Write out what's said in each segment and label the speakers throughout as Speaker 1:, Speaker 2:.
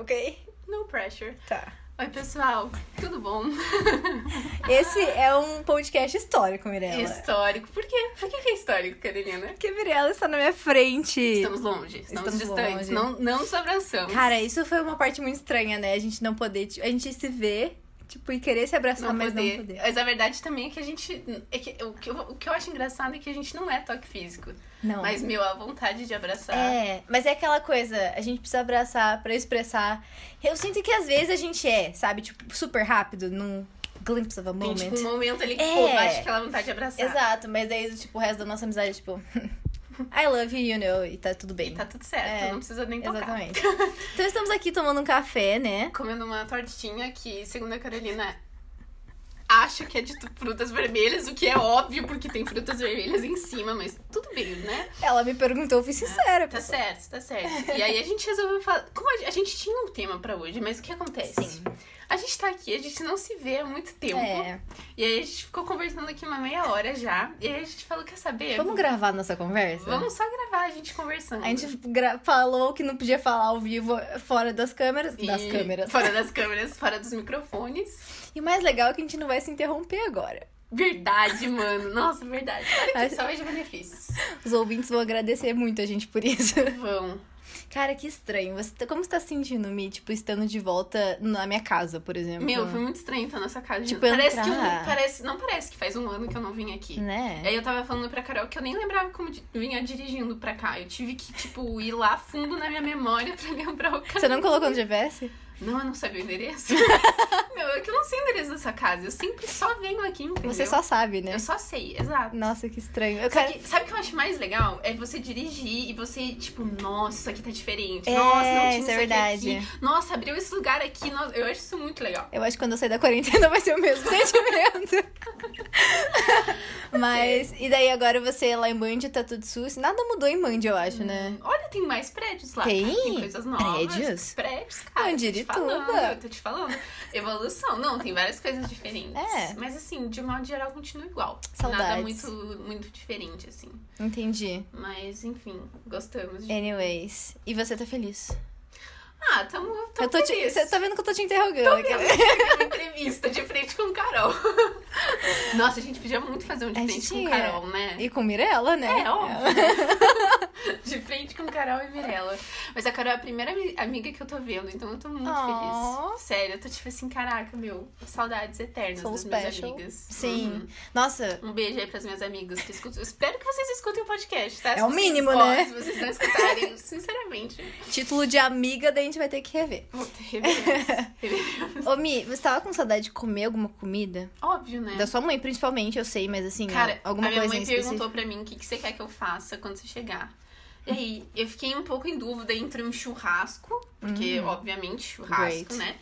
Speaker 1: ok?
Speaker 2: No pressure.
Speaker 1: Tá.
Speaker 2: Oi, pessoal, tudo bom?
Speaker 1: Esse é um podcast histórico, Mirella.
Speaker 2: Histórico. Por quê? Por que que é histórico, Carolina?
Speaker 1: Porque a Mirella está na minha frente.
Speaker 2: Estamos longe, estamos,
Speaker 1: Estamos
Speaker 2: distantes,
Speaker 1: longe.
Speaker 2: não, não nos abraçamos.
Speaker 1: Cara, isso foi uma parte muito estranha, né? A gente não poder. tipo, a gente se ver, tipo, e querer se abraçar,
Speaker 2: não
Speaker 1: mas
Speaker 2: poder.
Speaker 1: não poder.
Speaker 2: Mas a verdade também é que a gente. É que, o, que eu, o que eu acho engraçado é que a gente não é toque físico.
Speaker 1: Não.
Speaker 2: Mas, tá. meu, a vontade de abraçar.
Speaker 1: É, mas é aquela coisa, a gente precisa abraçar pra expressar. Eu sinto que às vezes a gente é, sabe, tipo, super rápido, num glimpse of a
Speaker 2: Tem
Speaker 1: moment.
Speaker 2: tipo um momento ali que
Speaker 1: É.
Speaker 2: pô, bate aquela vontade de abraçar.
Speaker 1: Exato, mas daí, tipo, o resto da nossa amizade, é tipo, I love you, you know, e tá tudo bem.
Speaker 2: E tá tudo certo,
Speaker 1: É.
Speaker 2: não precisa nem tocar.
Speaker 1: Exatamente. então estamos aqui tomando um café, né?
Speaker 2: Comendo uma tortinha que, segundo a Carolina, acha que é de tu- frutas vermelhas, o que é óbvio porque tem frutas vermelhas em cima, mas tudo bem, né?
Speaker 1: Ela me perguntou, eu fui sincera,
Speaker 2: Tá
Speaker 1: pessoal.
Speaker 2: certo, tá certo. E aí a gente resolveu falar. Como a, a gente tinha um tema pra hoje, mas o que acontece?
Speaker 1: É, Sim.
Speaker 2: A gente tá aqui, a gente não se vê há muito tempo.
Speaker 1: É,
Speaker 2: E aí a gente ficou conversando aqui uma meia hora já. E aí a gente falou: quer saber?
Speaker 1: vamos gravar nossa conversa?
Speaker 2: Vamos só gravar a gente conversando.
Speaker 1: A gente gra- falou que não podia falar ao vivo eh, fora das câmeras. Das
Speaker 2: E-
Speaker 1: câmeras.
Speaker 2: Fora das câmeras, fora dos microfones.
Speaker 1: E o mais legal é que a gente não vai se interromper agora.
Speaker 2: Verdade, mano. Nossa, verdade. Olha
Speaker 1: Acho-
Speaker 2: aqui, só vejo benefícios.
Speaker 1: Os ouvintes vão agradecer muito a gente por isso.
Speaker 2: Vão.
Speaker 1: Cara, que estranho. Você tá- como você tá se sentindo, Mi, tipo, estando de volta na minha casa, por exemplo?
Speaker 2: Meu, foi muito estranho estar nessa casa. de
Speaker 1: Uhum. Tipo,
Speaker 2: novo. parece que eu,
Speaker 1: entrar.
Speaker 2: parece, não parece que faz um ano que eu não vim aqui. E
Speaker 1: Né?
Speaker 2: Aí eu tava falando pra Carol que eu nem lembrava como di- vinha dirigindo pra cá. Eu tive que, tipo, ir lá fundo na minha memória pra lembrar o caminho.
Speaker 1: Você não colocou no GPS?
Speaker 2: Não, eu não sabia o endereço. Meu, é que eu não sei o endereço dessa casa. Eu sempre só venho aqui, entendeu?
Speaker 1: Você só sabe, né?
Speaker 2: Eu só sei, exato.
Speaker 1: Nossa, que estranho. Eu
Speaker 2: Só
Speaker 1: quero...
Speaker 2: que- sabe o que eu acho mais legal? É você dirigir e você, tipo, nossa, isso aqui tá diferente.
Speaker 1: É,
Speaker 2: nossa, não tinha
Speaker 1: isso
Speaker 2: isso
Speaker 1: é
Speaker 2: aqui
Speaker 1: verdade.
Speaker 2: aqui. Nossa, abriu esse lugar aqui. Nossa, eu acho isso muito legal.
Speaker 1: Eu acho que quando eu sair da quarentena vai ser o mesmo sentimento. Mas, e daí agora você lá em Mandy tá tudo sus. Nada mudou em Mandy, eu acho, né?
Speaker 2: Olha, tem mais prédios lá.
Speaker 1: Tem?
Speaker 2: cara, Tem coisas novas.
Speaker 1: Prédios?
Speaker 2: Prédios, cara.
Speaker 1: Mandirituba.
Speaker 2: Tô te falando, eu tô te falando. Evolução. Não, tem várias coisas diferentes.
Speaker 1: É.
Speaker 2: Mas assim, de modo geral, continua igual. Nada
Speaker 1: Saudades.
Speaker 2: muito, muito diferente, assim.
Speaker 1: Entendi.
Speaker 2: Mas, enfim, gostamos
Speaker 1: É.
Speaker 2: de...
Speaker 1: Anyways, e você tá feliz?
Speaker 2: Ah, tamo, tamo
Speaker 1: eu tô te-
Speaker 2: feliz.
Speaker 1: Você tá vendo que eu tô te interrogando. aquela-
Speaker 2: uma entrevista de frente com Carol. Nossa, a gente podia muito fazer um de
Speaker 1: A
Speaker 2: frente
Speaker 1: gente
Speaker 2: com
Speaker 1: ia.
Speaker 2: Carol, né?
Speaker 1: E com Mirella, né?
Speaker 2: É, óbvio. De frente com Carol e Mirella. Mas a Carol é a primeira ami- amiga que eu tô vendo, então eu tô muito
Speaker 1: Aw.
Speaker 2: feliz. Sério, eu tô tipo assim, caraca, meu, saudades eternas
Speaker 1: Soul
Speaker 2: das minhas
Speaker 1: um special.
Speaker 2: amigas.
Speaker 1: Sim.
Speaker 2: Uhum.
Speaker 1: Nossa,
Speaker 2: Um beijo aí pras minhas amigas que escutam. Eu Espero que vocês escutem o podcast, tá?
Speaker 1: É
Speaker 2: Se
Speaker 1: o
Speaker 2: vocês-
Speaker 1: mínimo,
Speaker 2: ó,
Speaker 1: né?
Speaker 2: Se vocês não escutarem, sinceramente,
Speaker 1: título de amiga, daí a gente vai ter que rever.
Speaker 2: vou ter reverência. Reverência.
Speaker 1: Ô, Mi, você tava com saudade de comer alguma comida?
Speaker 2: Óbvio, né?
Speaker 1: Da sua mãe, principalmente, eu sei, mas assim,
Speaker 2: Cara,
Speaker 1: alguma
Speaker 2: a minha
Speaker 1: coisa em
Speaker 2: mãe
Speaker 1: específico.
Speaker 2: perguntou pra mim o que, que você quer que eu faça quando você chegar. E aí, eu fiquei um pouco em dúvida entre um churrasco, porque, obviamente, churrasco,
Speaker 1: Uhum. Great.
Speaker 2: né?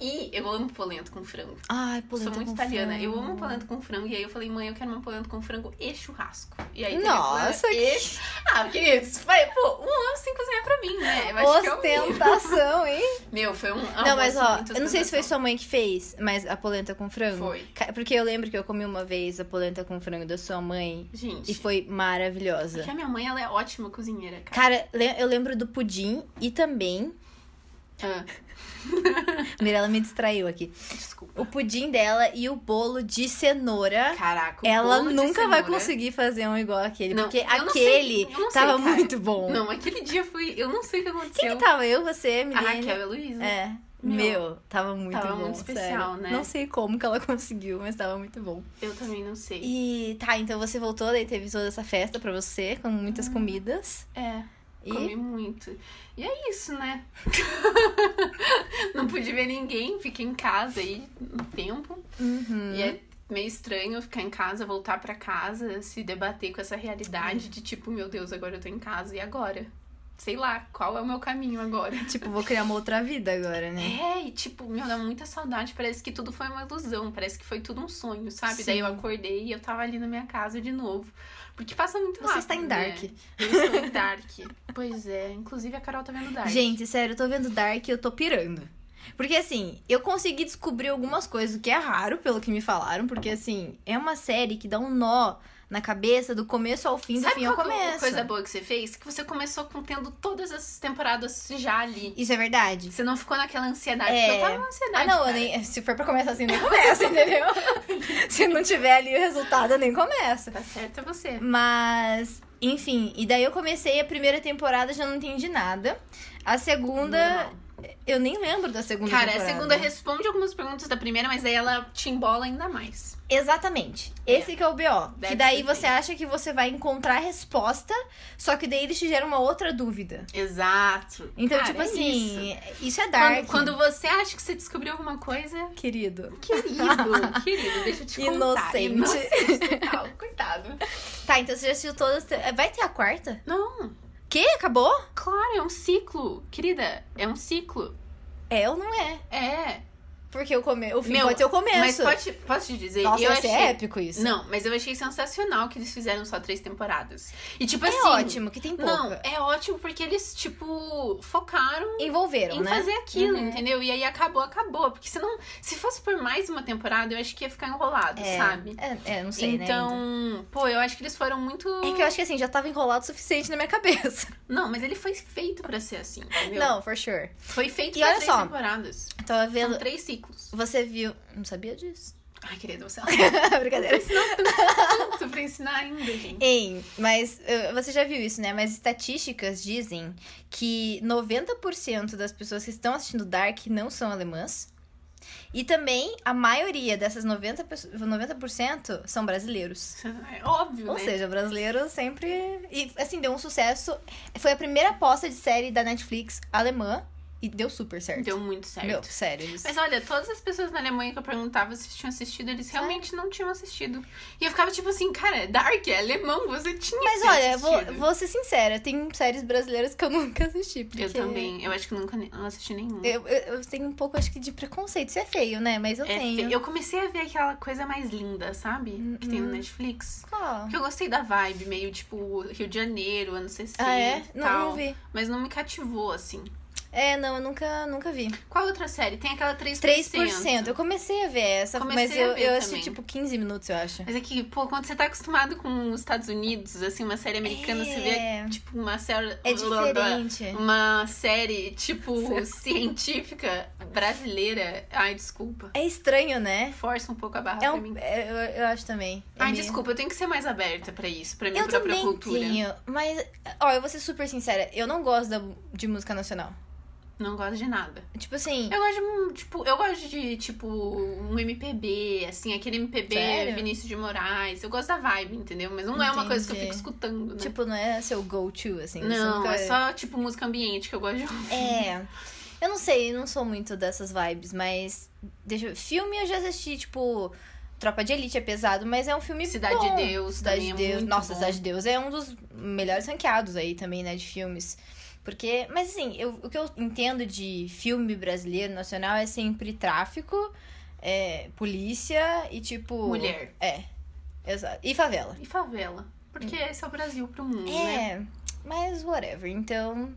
Speaker 2: E eu amo polenta com frango.
Speaker 1: Ai,
Speaker 2: Eu
Speaker 1: polenta
Speaker 2: sou muito
Speaker 1: com
Speaker 2: italiana.
Speaker 1: frango.
Speaker 2: Eu amo polenta com frango. E aí eu falei, mãe, eu quero uma polenta com frango e churrasco. E aí teve a
Speaker 1: Nossa,
Speaker 2: polenta
Speaker 1: que
Speaker 2: E... Ah, queridos, vai, pô, um ano sem cozinhar pra mim, né? Eu acho que é o mínimo.
Speaker 1: ostentação, hein?
Speaker 2: Meu, foi um
Speaker 1: Não, mas ó, eu não sei se foi sua mãe que fez, mas a polenta com frango.
Speaker 2: Foi.
Speaker 1: Ca- Porque eu lembro que eu comi uma vez a polenta com frango da sua mãe
Speaker 2: Gente,
Speaker 1: e foi maravilhosa.
Speaker 2: porque a minha mãe, ela é ótima cozinheira, cara.
Speaker 1: Cara, le- eu lembro do pudim e também.
Speaker 2: Ah,
Speaker 1: Mirella me distraiu aqui.
Speaker 2: desculpa.
Speaker 1: O pudim dela e o bolo de cenoura.
Speaker 2: Caraca, o
Speaker 1: Ela
Speaker 2: bolo de
Speaker 1: nunca vai
Speaker 2: cenoura-
Speaker 1: conseguir fazer um igual aquele.
Speaker 2: Não,
Speaker 1: porque
Speaker 2: eu não
Speaker 1: aquele
Speaker 2: sei, eu não sei,
Speaker 1: tava
Speaker 2: cara.
Speaker 1: muito bom.
Speaker 2: Não, aquele dia foi. Eu Ah, não sei o que
Speaker 1: Quem
Speaker 2: aconteceu.
Speaker 1: que tá tava? Eu, você,
Speaker 2: A
Speaker 1: Milene?
Speaker 2: Raquel e a Luísa.
Speaker 1: É.
Speaker 2: Meu,
Speaker 1: Meu, tava muito
Speaker 2: tava
Speaker 1: bom.
Speaker 2: muito especial,
Speaker 1: sério.
Speaker 2: né?
Speaker 1: Não sei como que ela conseguiu, mas tava muito bom.
Speaker 2: Eu também não sei.
Speaker 1: E tá, então você voltou, daí teve toda essa festa pra você, com muitas comidas.
Speaker 2: É,
Speaker 1: E.
Speaker 2: Ah. comi muito. E é isso, né? não pude ver ninguém, fiquei em casa aí um tempo.
Speaker 1: Uhum.
Speaker 2: E é meio estranho ficar em casa, voltar pra casa, se debater com essa realidade de tipo, meu Deus, agora eu tô em casa e agora? Sei lá, qual é o meu caminho agora?
Speaker 1: Tipo, vou criar uma outra vida agora, né?
Speaker 2: É, e tipo, meu, dá muita saudade. Parece que tudo foi uma ilusão, parece que foi tudo um sonho, sabe?
Speaker 1: Sim.
Speaker 2: Daí eu acordei e eu tava ali na minha casa de novo. Porque passa muito
Speaker 1: Você
Speaker 2: rápido.
Speaker 1: está em
Speaker 2: né?
Speaker 1: Dark.
Speaker 2: Eu estou em Dark. pois é, inclusive a Carol tá vendo Dark.
Speaker 1: Gente, sério, eu tô vendo Dark e eu tô pirando. Porque assim, eu consegui descobrir algumas coisas, o que é raro, pelo que me falaram, porque assim, é uma série que dá um nó na cabeça, do começo ao fim, do
Speaker 2: Sabe
Speaker 1: fim ao
Speaker 2: qual que é
Speaker 1: assim, começo.
Speaker 2: uma coisa boa que você fez? Que você começou com- tendo todas as temporadas já ali.
Speaker 1: Isso é verdade.
Speaker 2: Você não ficou naquela ansiedade.
Speaker 1: É.
Speaker 2: porque Eu tava na
Speaker 1: Ah,
Speaker 2: ansiedade.
Speaker 1: não, eu
Speaker 2: cara.
Speaker 1: nem, se for pra começar assim, nem começa, entendeu? se não tiver ali o resultado, eu nem começa.
Speaker 2: Tá certo é você.
Speaker 1: Mas, enfim, e daí eu comecei a primeira temporada, já não entendi nada. A segunda,
Speaker 2: Normal.
Speaker 1: eu nem lembro da segunda
Speaker 2: Cara, a
Speaker 1: temporada.
Speaker 2: segunda responde algumas perguntas da primeira, mas daí ela te embola ainda mais.
Speaker 1: Exatamente.
Speaker 2: É.
Speaker 1: Esse que é o BO.
Speaker 2: That's
Speaker 1: que daí
Speaker 2: the
Speaker 1: você
Speaker 2: thing.
Speaker 1: acha que você vai encontrar a resposta, só que daí eles te geram uma outra dúvida.
Speaker 2: Exato.
Speaker 1: Então,
Speaker 2: Cara,
Speaker 1: tipo
Speaker 2: é isso.
Speaker 1: assim, isso. é dark.
Speaker 2: Quando, quando você acha que você descobriu alguma coisa,
Speaker 1: Querido.
Speaker 2: querido, querido, deixa eu te contar.
Speaker 1: Inocente.
Speaker 2: Inocente. total, coitado.
Speaker 1: Tá, então você já assistiu todas. as te- Vai ter a quarta?
Speaker 2: Não,
Speaker 1: Que? Acabou?
Speaker 2: claro, é um ciclo, querida, é um ciclo.
Speaker 1: É ou não é?
Speaker 2: É.
Speaker 1: Porque o, come... o fim
Speaker 2: Meu,
Speaker 1: pode ser o
Speaker 2: Mas
Speaker 1: começo.
Speaker 2: pode, posso te dizer,
Speaker 1: Nossa, é
Speaker 2: eu
Speaker 1: vai ser
Speaker 2: achei.
Speaker 1: épico isso.
Speaker 2: Não, mas eu achei sensacional que eles fizeram só três temporadas. E tipo
Speaker 1: é
Speaker 2: assim.
Speaker 1: ótimo, que tem pouca.
Speaker 2: Não, é ótimo porque eles, tipo, focaram
Speaker 1: Envolveram,
Speaker 2: em
Speaker 1: né?
Speaker 2: fazer aquilo,
Speaker 1: Uhum.
Speaker 2: entendeu? E aí acabou, acabou. Porque se não. Se fosse por mais uma temporada, eu acho que ia ficar enrolado,
Speaker 1: É.
Speaker 2: sabe?
Speaker 1: É, é, não sei, né?
Speaker 2: então, pô, eu acho que eles foram muito.
Speaker 1: ainda. É que eu acho que assim, já tava enrolado o suficiente na minha cabeça.
Speaker 2: Não, mas ele foi feito pra ser assim, entendeu?
Speaker 1: Não, for sure.
Speaker 2: Foi feito
Speaker 1: E
Speaker 2: pra
Speaker 1: olha
Speaker 2: três
Speaker 1: só.
Speaker 2: temporadas.
Speaker 1: Tava
Speaker 2: São
Speaker 1: vendo.
Speaker 2: três ciclos.
Speaker 1: Você viu. Não sabia disso.
Speaker 2: Ai, querida, você é
Speaker 1: Brincadeira.
Speaker 2: ensinou tanto, tanto pra ensinar ainda, gente.
Speaker 1: Ei, mas eh, você já viu isso, né? Mas estatísticas dizem que 90% das pessoas que estão assistindo Dark não são alemãs. E também a maioria dessas 90%, pesso- 90 são brasileiros.
Speaker 2: É óbvio,
Speaker 1: Ou
Speaker 2: né?
Speaker 1: seja, brasileiro sempre. E assim, deu um sucesso. Foi a primeira aposta de série da Netflix alemã e deu super certo.
Speaker 2: Deu muito certo.
Speaker 1: Meu, sério. isso.
Speaker 2: Mas olha, todas as pessoas na Alemanha que eu perguntava se tinham assistido, eles realmente não tinham assistido. E eu ficava tipo assim, cara, Dark é alemão, você tinha
Speaker 1: Mas
Speaker 2: que ter
Speaker 1: olha, eu vou,
Speaker 2: assistido.
Speaker 1: vou ser sincera, tem séries brasileiras que eu nunca assisti. Porque
Speaker 2: Eu também, eu acho que nunca ne- não assisti nenhum.
Speaker 1: Eu, eu, eu tenho um pouco, acho que, de preconceito. Isso é feio, né? Mas eu
Speaker 2: É,
Speaker 1: tenho.
Speaker 2: eu comecei a ver aquela coisa mais linda, sabe? Que tem no
Speaker 1: Hum.
Speaker 2: Netflix.
Speaker 1: Qual?
Speaker 2: Porque eu gostei da vibe, meio tipo Rio de Janeiro, anos 60
Speaker 1: Ah, é?
Speaker 2: e
Speaker 1: Não,
Speaker 2: tal.
Speaker 1: não vi.
Speaker 2: Mas não me cativou, assim.
Speaker 1: É, não, eu nunca, nunca vi.
Speaker 2: Qual outra série? Tem aquela 3%.
Speaker 1: 3%. Eu comecei a ver essa,
Speaker 2: Comecei
Speaker 1: mas
Speaker 2: a
Speaker 1: eu,
Speaker 2: ver
Speaker 1: eu assisti,
Speaker 2: também.
Speaker 1: tipo, 15 minutos, eu acho.
Speaker 2: Mas é que, pô, quando você tá acostumado com os Estados Unidos, assim, uma série americana, você vê,
Speaker 1: É,
Speaker 2: tipo, uma série...
Speaker 1: é diferente.
Speaker 2: Uma série, tipo, científica brasileira. Ai, desculpa.
Speaker 1: É estranho, né?
Speaker 2: Força um pouco a barra
Speaker 1: É
Speaker 2: pra
Speaker 1: um,
Speaker 2: mim.
Speaker 1: é, eu, eu acho também. É
Speaker 2: Ai,
Speaker 1: meio-
Speaker 2: desculpa, eu tenho que ser mais aberta pra isso, pra minha
Speaker 1: Eu
Speaker 2: própria
Speaker 1: também
Speaker 2: cultura.
Speaker 1: tenho, mas... Ó, eu vou ser super sincera. Eu não gosto da- de música nacional.
Speaker 2: Não gosto de nada.
Speaker 1: Tipo assim...
Speaker 2: Eu gosto de, um, tipo, eu gosto de, tipo, um MPB, assim, aquele MPB
Speaker 1: Sério?
Speaker 2: Vinícius de Moraes. Eu gosto da vibe, entendeu? Mas não é uma coisa que eu
Speaker 1: Entendi.
Speaker 2: fico escutando, né?
Speaker 1: Tipo, não é seu go-to, assim. você
Speaker 2: não,
Speaker 1: nunca-
Speaker 2: é só, tipo, música ambiente que eu gosto de ouvir.
Speaker 1: É. Eu não sei, eu não sou muito dessas vibes, mas. Deixa eu... Filme eu já assisti, tipo. Tropa de Elite é pesado, mas é um filme
Speaker 2: Cidade
Speaker 1: bom.
Speaker 2: de Deus
Speaker 1: Cidade
Speaker 2: também
Speaker 1: de Deus.
Speaker 2: é muito
Speaker 1: Nossa,
Speaker 2: bom.
Speaker 1: Cidade de Deus é um dos melhores ranqueados aí também, né, de filmes. Porque. Mas assim, eu- o que eu entendo de filme brasileiro, nacional, é sempre tráfico, é, polícia e tipo.
Speaker 2: Mulher.
Speaker 1: É. Exato. E favela.
Speaker 2: E favela. Porque esse é o Brasil pro mundo, né?
Speaker 1: É. Mas whatever. Então.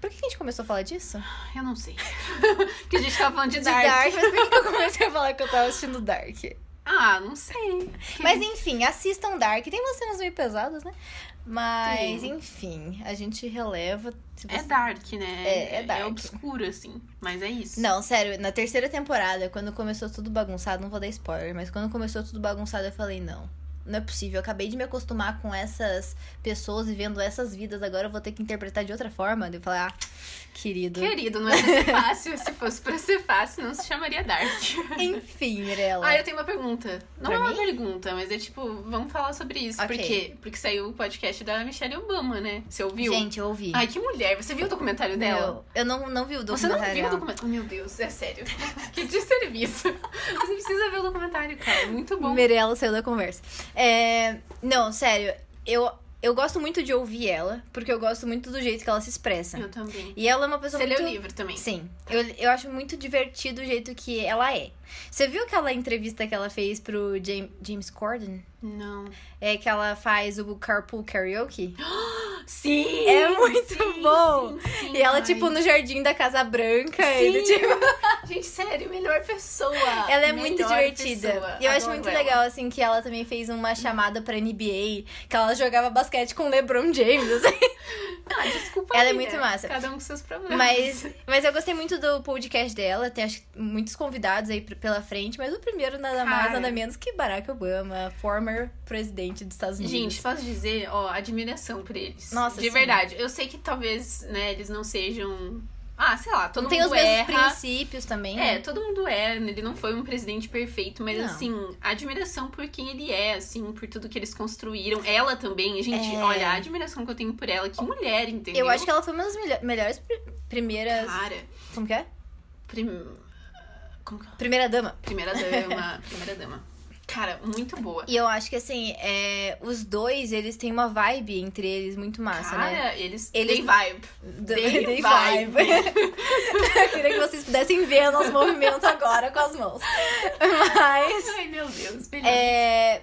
Speaker 1: Por que a gente começou a falar disso?
Speaker 2: Eu não sei. que a gente tava falando de,
Speaker 1: de
Speaker 2: Dark.
Speaker 1: Dark. mas por que eu comecei a falar que eu tava assistindo Dark?
Speaker 2: Ah, não sei.
Speaker 1: Mas enfim, assistam Dark. Tem umas cenas meio pesadas, né? Mas
Speaker 2: Tem.
Speaker 1: enfim, a gente releva. se
Speaker 2: É
Speaker 1: você-
Speaker 2: Dark, né?
Speaker 1: É, é
Speaker 2: É
Speaker 1: dark.
Speaker 2: obscuro, assim. Mas é isso.
Speaker 1: Não, sério, na terceira temporada, quando começou tudo bagunçado, não vou dar spoiler, mas quando começou tudo bagunçado, eu falei, não. Não é possível, eu acabei de me acostumar com essas pessoas e vendo essas vidas, agora eu vou ter que interpretar de outra forma. Daí Eu falei, ah, querido.
Speaker 2: Querido, não é pra ser fácil. Se fosse pra ser fácil, não se chamaria Dark.
Speaker 1: Enfim, Mirella.
Speaker 2: Ah, eu tenho uma pergunta. Não
Speaker 1: Pra
Speaker 2: é uma
Speaker 1: mim?
Speaker 2: pergunta, mas é tipo, vamos falar sobre isso.
Speaker 1: Ok.
Speaker 2: Por quê? Porque saiu o podcast da Michelle Obama, né? Você ouviu?
Speaker 1: Gente, eu ouvi.
Speaker 2: Ai, que mulher. Você viu o documentário dela?
Speaker 1: Meu, eu não, não vi o
Speaker 2: Você não
Speaker 1: documentário. é
Speaker 2: viu o
Speaker 1: dela.
Speaker 2: documentário? Meu Deus, é sério. que desserviço. Você precisa ver o documentário, cara. Muito bom.
Speaker 1: Mirella saiu da conversa. É, Não, sério, eu, eu gosto muito de ouvir ela, porque eu gosto muito do jeito que ela se expressa.
Speaker 2: Eu também.
Speaker 1: E ela é uma pessoa
Speaker 2: Você
Speaker 1: muito.
Speaker 2: leu o livro também.
Speaker 1: Sim, eu, eu acho muito divertido o jeito que ela é. Você viu aquela entrevista que ela fez pro Jam- James Corden?
Speaker 2: Não.
Speaker 1: É que ela faz o Carpool Karaoke?
Speaker 2: Sim!
Speaker 1: É muito
Speaker 2: sim,
Speaker 1: bom.
Speaker 2: sim, sim,
Speaker 1: E ela,
Speaker 2: ai.
Speaker 1: tipo, no jardim da Casa Branca. Ele,
Speaker 2: Sim.
Speaker 1: tipo,
Speaker 2: Gente, sério, melhor pessoa.
Speaker 1: Ela é muito
Speaker 2: Melhor
Speaker 1: divertida.
Speaker 2: pessoa.
Speaker 1: E eu acho
Speaker 2: Adoro
Speaker 1: muito
Speaker 2: ela.
Speaker 1: legal, assim, que ela também fez uma chamada pra NBA, que ela jogava basquete com o LeBron James. assim.
Speaker 2: Ah, desculpa.
Speaker 1: Ela é
Speaker 2: aí,
Speaker 1: muito
Speaker 2: né?
Speaker 1: massa.
Speaker 2: Cada um com seus problemas.
Speaker 1: mas, mas eu gostei muito do podcast dela, tem acho, que, muitos convidados aí pr- pela frente, mas o primeiro nada mais,
Speaker 2: Cara.
Speaker 1: nada menos que Barack Obama, former presidente dos Estados Unidos.
Speaker 2: Gente, posso dizer, ó, admiração por eles.
Speaker 1: Nossa,
Speaker 2: De
Speaker 1: sim.
Speaker 2: verdade. Eu sei que talvez, né, eles não sejam. Ah, sei lá, todo
Speaker 1: não tem
Speaker 2: mundo
Speaker 1: os mesmos
Speaker 2: erra.
Speaker 1: princípios também. né?
Speaker 2: É, todo mundo é, ele não foi um presidente perfeito, mas
Speaker 1: Não.
Speaker 2: assim, admiração por quem ele é, assim, por tudo que eles construíram. Ela também, gente,
Speaker 1: É.
Speaker 2: olha, a admiração que eu tenho por ela, que mulher, entendeu?
Speaker 1: Eu acho que ela foi uma das melho- melhores pri- primeiras.
Speaker 2: Cara,
Speaker 1: Como que é?
Speaker 2: prim... como que é?
Speaker 1: Primeira dama.
Speaker 2: Primeira dama, primeira dama. Cara, muito boa.
Speaker 1: E eu acho que assim, é, os dois, eles têm uma vibe entre eles muito massa, né?
Speaker 2: Cara, eles...
Speaker 1: Eles-
Speaker 2: Eles... They vibe.
Speaker 1: Do-
Speaker 2: Dei
Speaker 1: dei
Speaker 2: vibe.
Speaker 1: eu queria que vocês pudessem ver o nosso movimento agora com as mãos. Mas.
Speaker 2: Ai, meu Deus, beleza.
Speaker 1: é,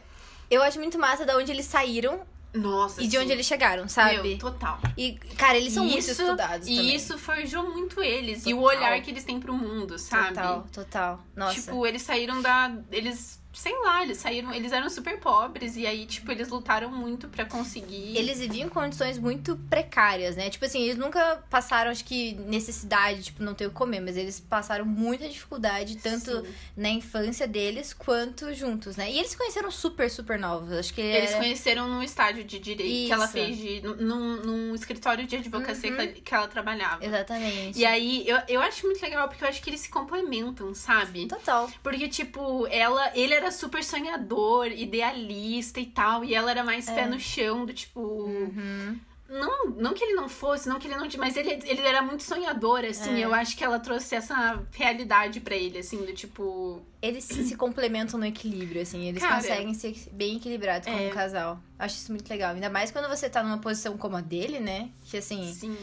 Speaker 1: eu acho muito massa da onde eles saíram
Speaker 2: Nossa,
Speaker 1: e de onde
Speaker 2: sim.
Speaker 1: eles chegaram,
Speaker 2: Meu,
Speaker 1: sabe?
Speaker 2: total.
Speaker 1: E, cara, eles são muito
Speaker 2: Isso-
Speaker 1: estudados.
Speaker 2: E
Speaker 1: também.
Speaker 2: isso forjou muito eles. E o
Speaker 1: Total.
Speaker 2: olhar que eles têm pro mundo, sabe?
Speaker 1: Total, total. Nossa.
Speaker 2: Tipo, eles saíram da. Eles. Sei lá, eles saíram. Eles eram super pobres. E aí, tipo, eles lutaram muito pra conseguir.
Speaker 1: Eles viviam em condições muito precárias, né? Tipo assim, eles nunca passaram, acho que, necessidade, tipo, não ter o que comer, mas eles passaram muita dificuldade, tanto
Speaker 2: Sim.
Speaker 1: na infância deles quanto juntos, né? E eles se conheceram super, super novos. Acho que
Speaker 2: Eles
Speaker 1: era-
Speaker 2: conheceram num estádio de direito que ela
Speaker 1: é, Isso. Uhum.
Speaker 2: fez de, num, num escritório de advocacia que, ela, que ela trabalhava.
Speaker 1: Exatamente.
Speaker 2: E aí, eu, eu acho muito legal, porque eu acho que eles se complementam, sabe?
Speaker 1: Total.
Speaker 2: Porque, tipo, ela, ele era super sonhador, idealista e tal, e ela era mais pé no chão, do tipo.
Speaker 1: Uhum.
Speaker 2: Não, não que ele não fosse, não que ele não. t- Mas ele, ele era muito sonhador, assim.
Speaker 1: É.
Speaker 2: Eu acho que ela trouxe essa realidade pra ele, assim, do tipo.
Speaker 1: Eles se se complementam no equilíbrio, assim. Eles
Speaker 2: Cara,
Speaker 1: conseguem ser bem equilibrados como
Speaker 2: é.
Speaker 1: um casal. Acho isso muito legal. Ainda mais quando você tá numa posição como a dele, né? Que assim.
Speaker 2: Sim.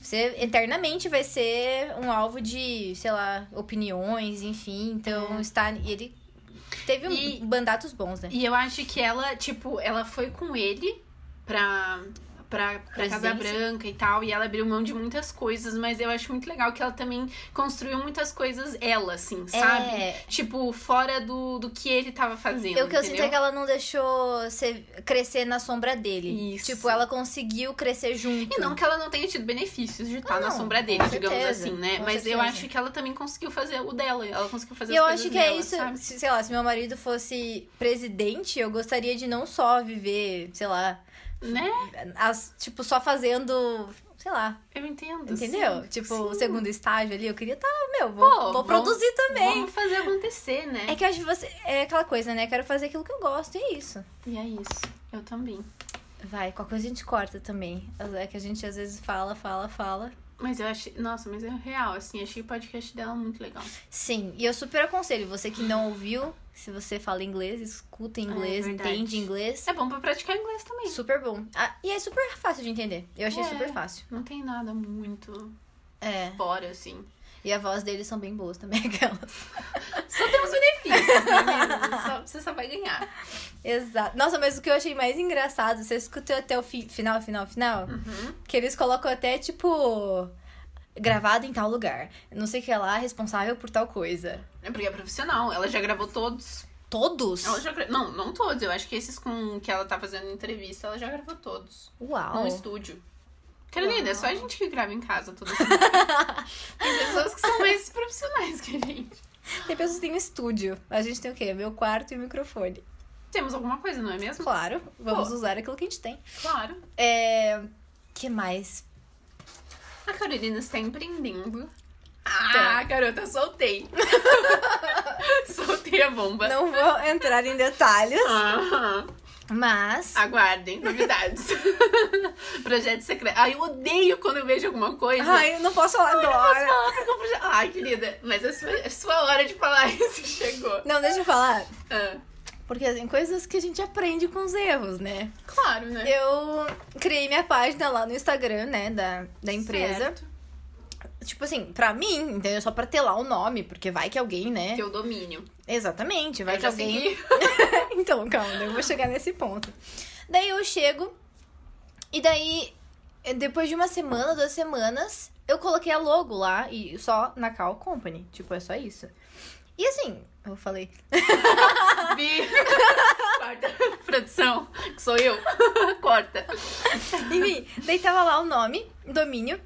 Speaker 1: Você eternamente vai ser um alvo de, sei lá, opiniões, enfim. Então, está. E ele teve um,
Speaker 2: É. E-
Speaker 1: mandatos bons, né?
Speaker 2: E eu acho que ela, tipo, ela foi com ele pra. Pra, pra Casa
Speaker 1: Presidência.
Speaker 2: Branca e tal, e ela abriu mão de muitas coisas, mas eu acho muito legal que ela também construiu muitas coisas ela, assim, sabe?
Speaker 1: É.
Speaker 2: Tipo, fora do, do que ele tava fazendo.
Speaker 1: O que eu sinto é
Speaker 2: entendeu?
Speaker 1: que ela não deixou você crescer na sombra dele.
Speaker 2: Isso.
Speaker 1: Tipo, ela conseguiu crescer junto.
Speaker 2: E não que ela não tenha tido benefícios de estar
Speaker 1: Ah,
Speaker 2: na
Speaker 1: não,
Speaker 2: sombra
Speaker 1: com
Speaker 2: dele, digamos
Speaker 1: certeza,
Speaker 2: assim, né?
Speaker 1: com
Speaker 2: Mas eu
Speaker 1: certeza.
Speaker 2: acho que ela também conseguiu fazer o dela. Ela conseguiu fazer
Speaker 1: E
Speaker 2: as
Speaker 1: eu
Speaker 2: coisas
Speaker 1: acho que é
Speaker 2: dela,
Speaker 1: isso,
Speaker 2: sabe?
Speaker 1: se- sei lá, se meu marido fosse presidente, eu gostaria de não só viver, sei lá,
Speaker 2: Né?
Speaker 1: as- tipo, só fazendo, sei lá,
Speaker 2: Eu entendo.
Speaker 1: entendeu?
Speaker 2: sim,
Speaker 1: tipo,
Speaker 2: sim.
Speaker 1: o segundo estágio ali, eu queria estar, meu, vou,
Speaker 2: Pô,
Speaker 1: vou
Speaker 2: vamos-
Speaker 1: produzir também.
Speaker 2: Vamos fazer acontecer, né?
Speaker 1: É que eu acho que você. É aquela coisa, né? Quero fazer aquilo que eu gosto, e é isso.
Speaker 2: E é isso. Eu também.
Speaker 1: Vai, qualquer coisa a gente corta também. É que a gente às vezes fala, fala, fala.
Speaker 2: Mas eu achei. Nossa, mas é real, assim. Achei o podcast dela muito legal.
Speaker 1: Sim, e eu super aconselho, você que não ouviu, se você fala inglês, escuta inglês,
Speaker 2: É verdade.
Speaker 1: entende inglês.
Speaker 2: É bom pra praticar inglês também.
Speaker 1: Super bom. Ah, e é super fácil de entender. Eu achei
Speaker 2: É.
Speaker 1: super fácil.
Speaker 2: Não tem nada muito
Speaker 1: É.
Speaker 2: fora, assim.
Speaker 1: E a voz deles são bem boas também, aquelas.
Speaker 2: Só temos benefícios, né? Só- Você só vai ganhar.
Speaker 1: Exato. Nossa, mas o que eu achei mais engraçado, você escutou até o fi- final, final, final?
Speaker 2: Uhum.
Speaker 1: Que eles colocam até, tipo, gravado em tal lugar. Não sei o que é lá, responsável por tal coisa.
Speaker 2: É porque é profissional. Ela já gravou todos.
Speaker 1: Todos?
Speaker 2: Ela já gra- Não, não todos. Eu acho que esses com que ela tá fazendo entrevista, ela já gravou todos.
Speaker 1: Uau.
Speaker 2: Num estúdio. Carolina, é só a gente que grava em casa tudo isso. Tem pessoas que são mais profissionais que a gente.
Speaker 1: Tem pessoas que têm um estúdio. A gente tem o quê? Meu quarto e o microfone.
Speaker 2: Temos alguma coisa, não é mesmo?
Speaker 1: Claro, vamos
Speaker 2: Pô.
Speaker 1: usar aquilo que a gente tem.
Speaker 2: Claro.
Speaker 1: É... que mais?
Speaker 2: A Carolina está empreendendo.
Speaker 1: Tá.
Speaker 2: Ah, garota, soltei. soltei a bomba.
Speaker 1: Não vou entrar em detalhes,
Speaker 2: Aham.
Speaker 1: mas...
Speaker 2: Aguardem, novidades. projeto secreto. Ai, eu odeio quando eu vejo alguma coisa.
Speaker 1: Ai, eu não posso falar agora.
Speaker 2: Ah, porque eu fui- Ai, querida, mas a sua, a sua hora de falar isso chegou.
Speaker 1: Não, deixa eu falar.
Speaker 2: Ah,
Speaker 1: Porque tem coisas que a gente aprende com os erros, né?
Speaker 2: claro, né?
Speaker 1: Eu criei minha página lá no Instagram, né, da, da empresa.
Speaker 2: Certo.
Speaker 1: Tipo assim, pra mim, entendeu? Só pra ter lá o nome, porque vai que alguém, né?
Speaker 2: É Teu domínio. É
Speaker 1: Exatamente, vai
Speaker 2: Eu
Speaker 1: que
Speaker 2: já
Speaker 1: alguém.
Speaker 2: segui.
Speaker 1: então, calma, eu vou chegar nesse ponto. Daí eu chego e daí Depois de uma semana, duas semanas, eu coloquei a logo lá e só na Cal Company. Tipo, é só isso. E assim, eu falei.
Speaker 2: Bi. Corta. Produção, que sou eu. Corta.
Speaker 1: Enfim, daí tava lá o nome, domínio.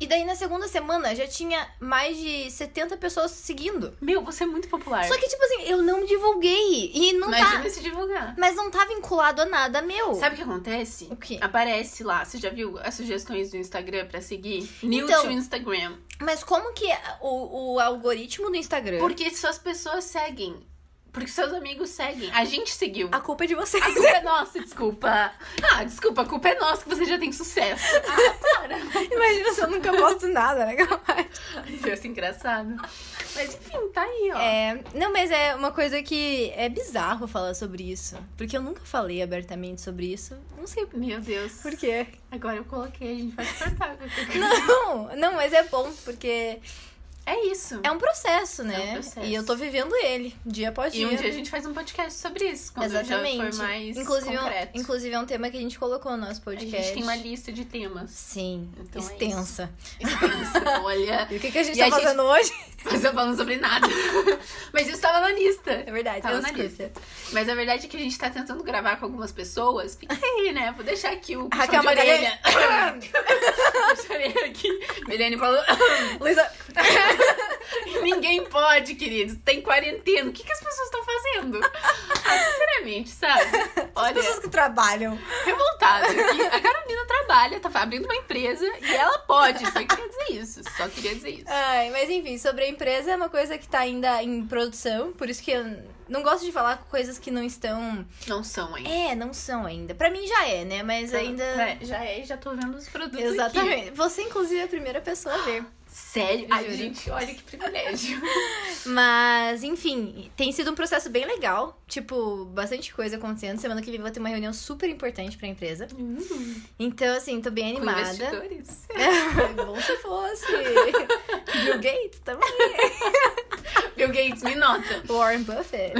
Speaker 1: E daí na segunda semana já tinha mais de 70 pessoas seguindo.
Speaker 2: Meu, você é muito popular.
Speaker 1: Só que, tipo assim, eu não divulguei. E não
Speaker 2: Imagina
Speaker 1: tá.
Speaker 2: se divulgar.
Speaker 1: Mas não tá vinculado a nada meu.
Speaker 2: Sabe o que acontece?
Speaker 1: O quê?
Speaker 2: Aparece lá, você já viu as sugestões do Instagram pra seguir? New
Speaker 1: Então-
Speaker 2: to Instagram.
Speaker 1: Mas como que é o, o algoritmo do Instagram.
Speaker 2: Porque suas pessoas seguem. Porque seus amigos seguem. A gente seguiu.
Speaker 1: A culpa é de vocês.
Speaker 2: A culpa é nossa, desculpa. Ah, desculpa, a culpa é nossa que você já tem sucesso. Ah, para.
Speaker 1: Imagina se eu nunca posto nada, né?
Speaker 2: Achei isso Ah, assim, engraçado. Mas enfim, tá aí, ó.
Speaker 1: É, não, mas é uma coisa que é bizarro falar sobre isso. Porque eu nunca falei abertamente sobre isso. Não sei
Speaker 2: Meu Deus.
Speaker 1: por quê.
Speaker 2: Agora eu coloquei, a gente vai cortar.
Speaker 1: Não, não, mas é bom, porque
Speaker 2: É isso.
Speaker 1: é um processo, né?
Speaker 2: É um processo.
Speaker 1: E eu tô vivendo ele, dia após
Speaker 2: E
Speaker 1: dia.
Speaker 2: um dia a gente faz um podcast sobre isso, quando já
Speaker 1: Exatamente.
Speaker 2: for mais
Speaker 1: inclusive, é um-
Speaker 2: concreto.
Speaker 1: inclusive é um tema que a gente colocou no nosso
Speaker 2: a
Speaker 1: podcast.
Speaker 2: gente tem uma lista de temas.
Speaker 1: Sim,
Speaker 2: Então é
Speaker 1: extensa.
Speaker 2: Extensa, Olha,
Speaker 1: e o que, que a gente
Speaker 2: E
Speaker 1: tá
Speaker 2: a gente-
Speaker 1: fazendo hoje?
Speaker 2: mas eu falando sobre nada. Mas isso tava na lista.
Speaker 1: É verdade,
Speaker 2: Tava
Speaker 1: eu
Speaker 2: na
Speaker 1: escuto.
Speaker 2: lista. Mas a verdade é que a gente tá tentando gravar com algumas pessoas. Fica aí, né? Vou deixar aqui o puxão
Speaker 1: Raquel
Speaker 2: de orelha. Puxão de orelha aqui. Milene falou...
Speaker 1: Luísa,
Speaker 2: Ninguém pode, queridos. Tem quarentena. O que, que as pessoas estão fazendo? Ah, sinceramente, sabe?
Speaker 1: as
Speaker 2: Olha,
Speaker 1: pessoas que trabalham.
Speaker 2: revoltada. aqui. A Carolina trabalha, tá abrindo uma empresa e ela pode. Só queria dizer isso. Só queria dizer isso.
Speaker 1: Ai, mas enfim, sobre a empresa é uma coisa que tá ainda em produção, por isso que eu não gosto de falar coisas que não estão.
Speaker 2: Não são, hein?
Speaker 1: É, não são ainda. Pra mim já é, né? Mas ainda.
Speaker 2: É, já é, já tô vendo os produtos aqui.
Speaker 1: Exatamente. Você, inclusive, é a primeira pessoa a ver.
Speaker 2: Sério?
Speaker 1: Eu
Speaker 2: Ai,
Speaker 1: juro.
Speaker 2: gente, olha que privilégio.
Speaker 1: Mas, enfim, tem sido um processo bem legal. Tipo, bastante coisa acontecendo. Semana que vem vou ter uma reunião super importante pra empresa. Então, assim, tô bem
Speaker 2: Com
Speaker 1: animada. É
Speaker 2: investidores.
Speaker 1: Bom se fosse. Bill Gates também.
Speaker 2: Bill Gates, me nota.
Speaker 1: Warren Buffett.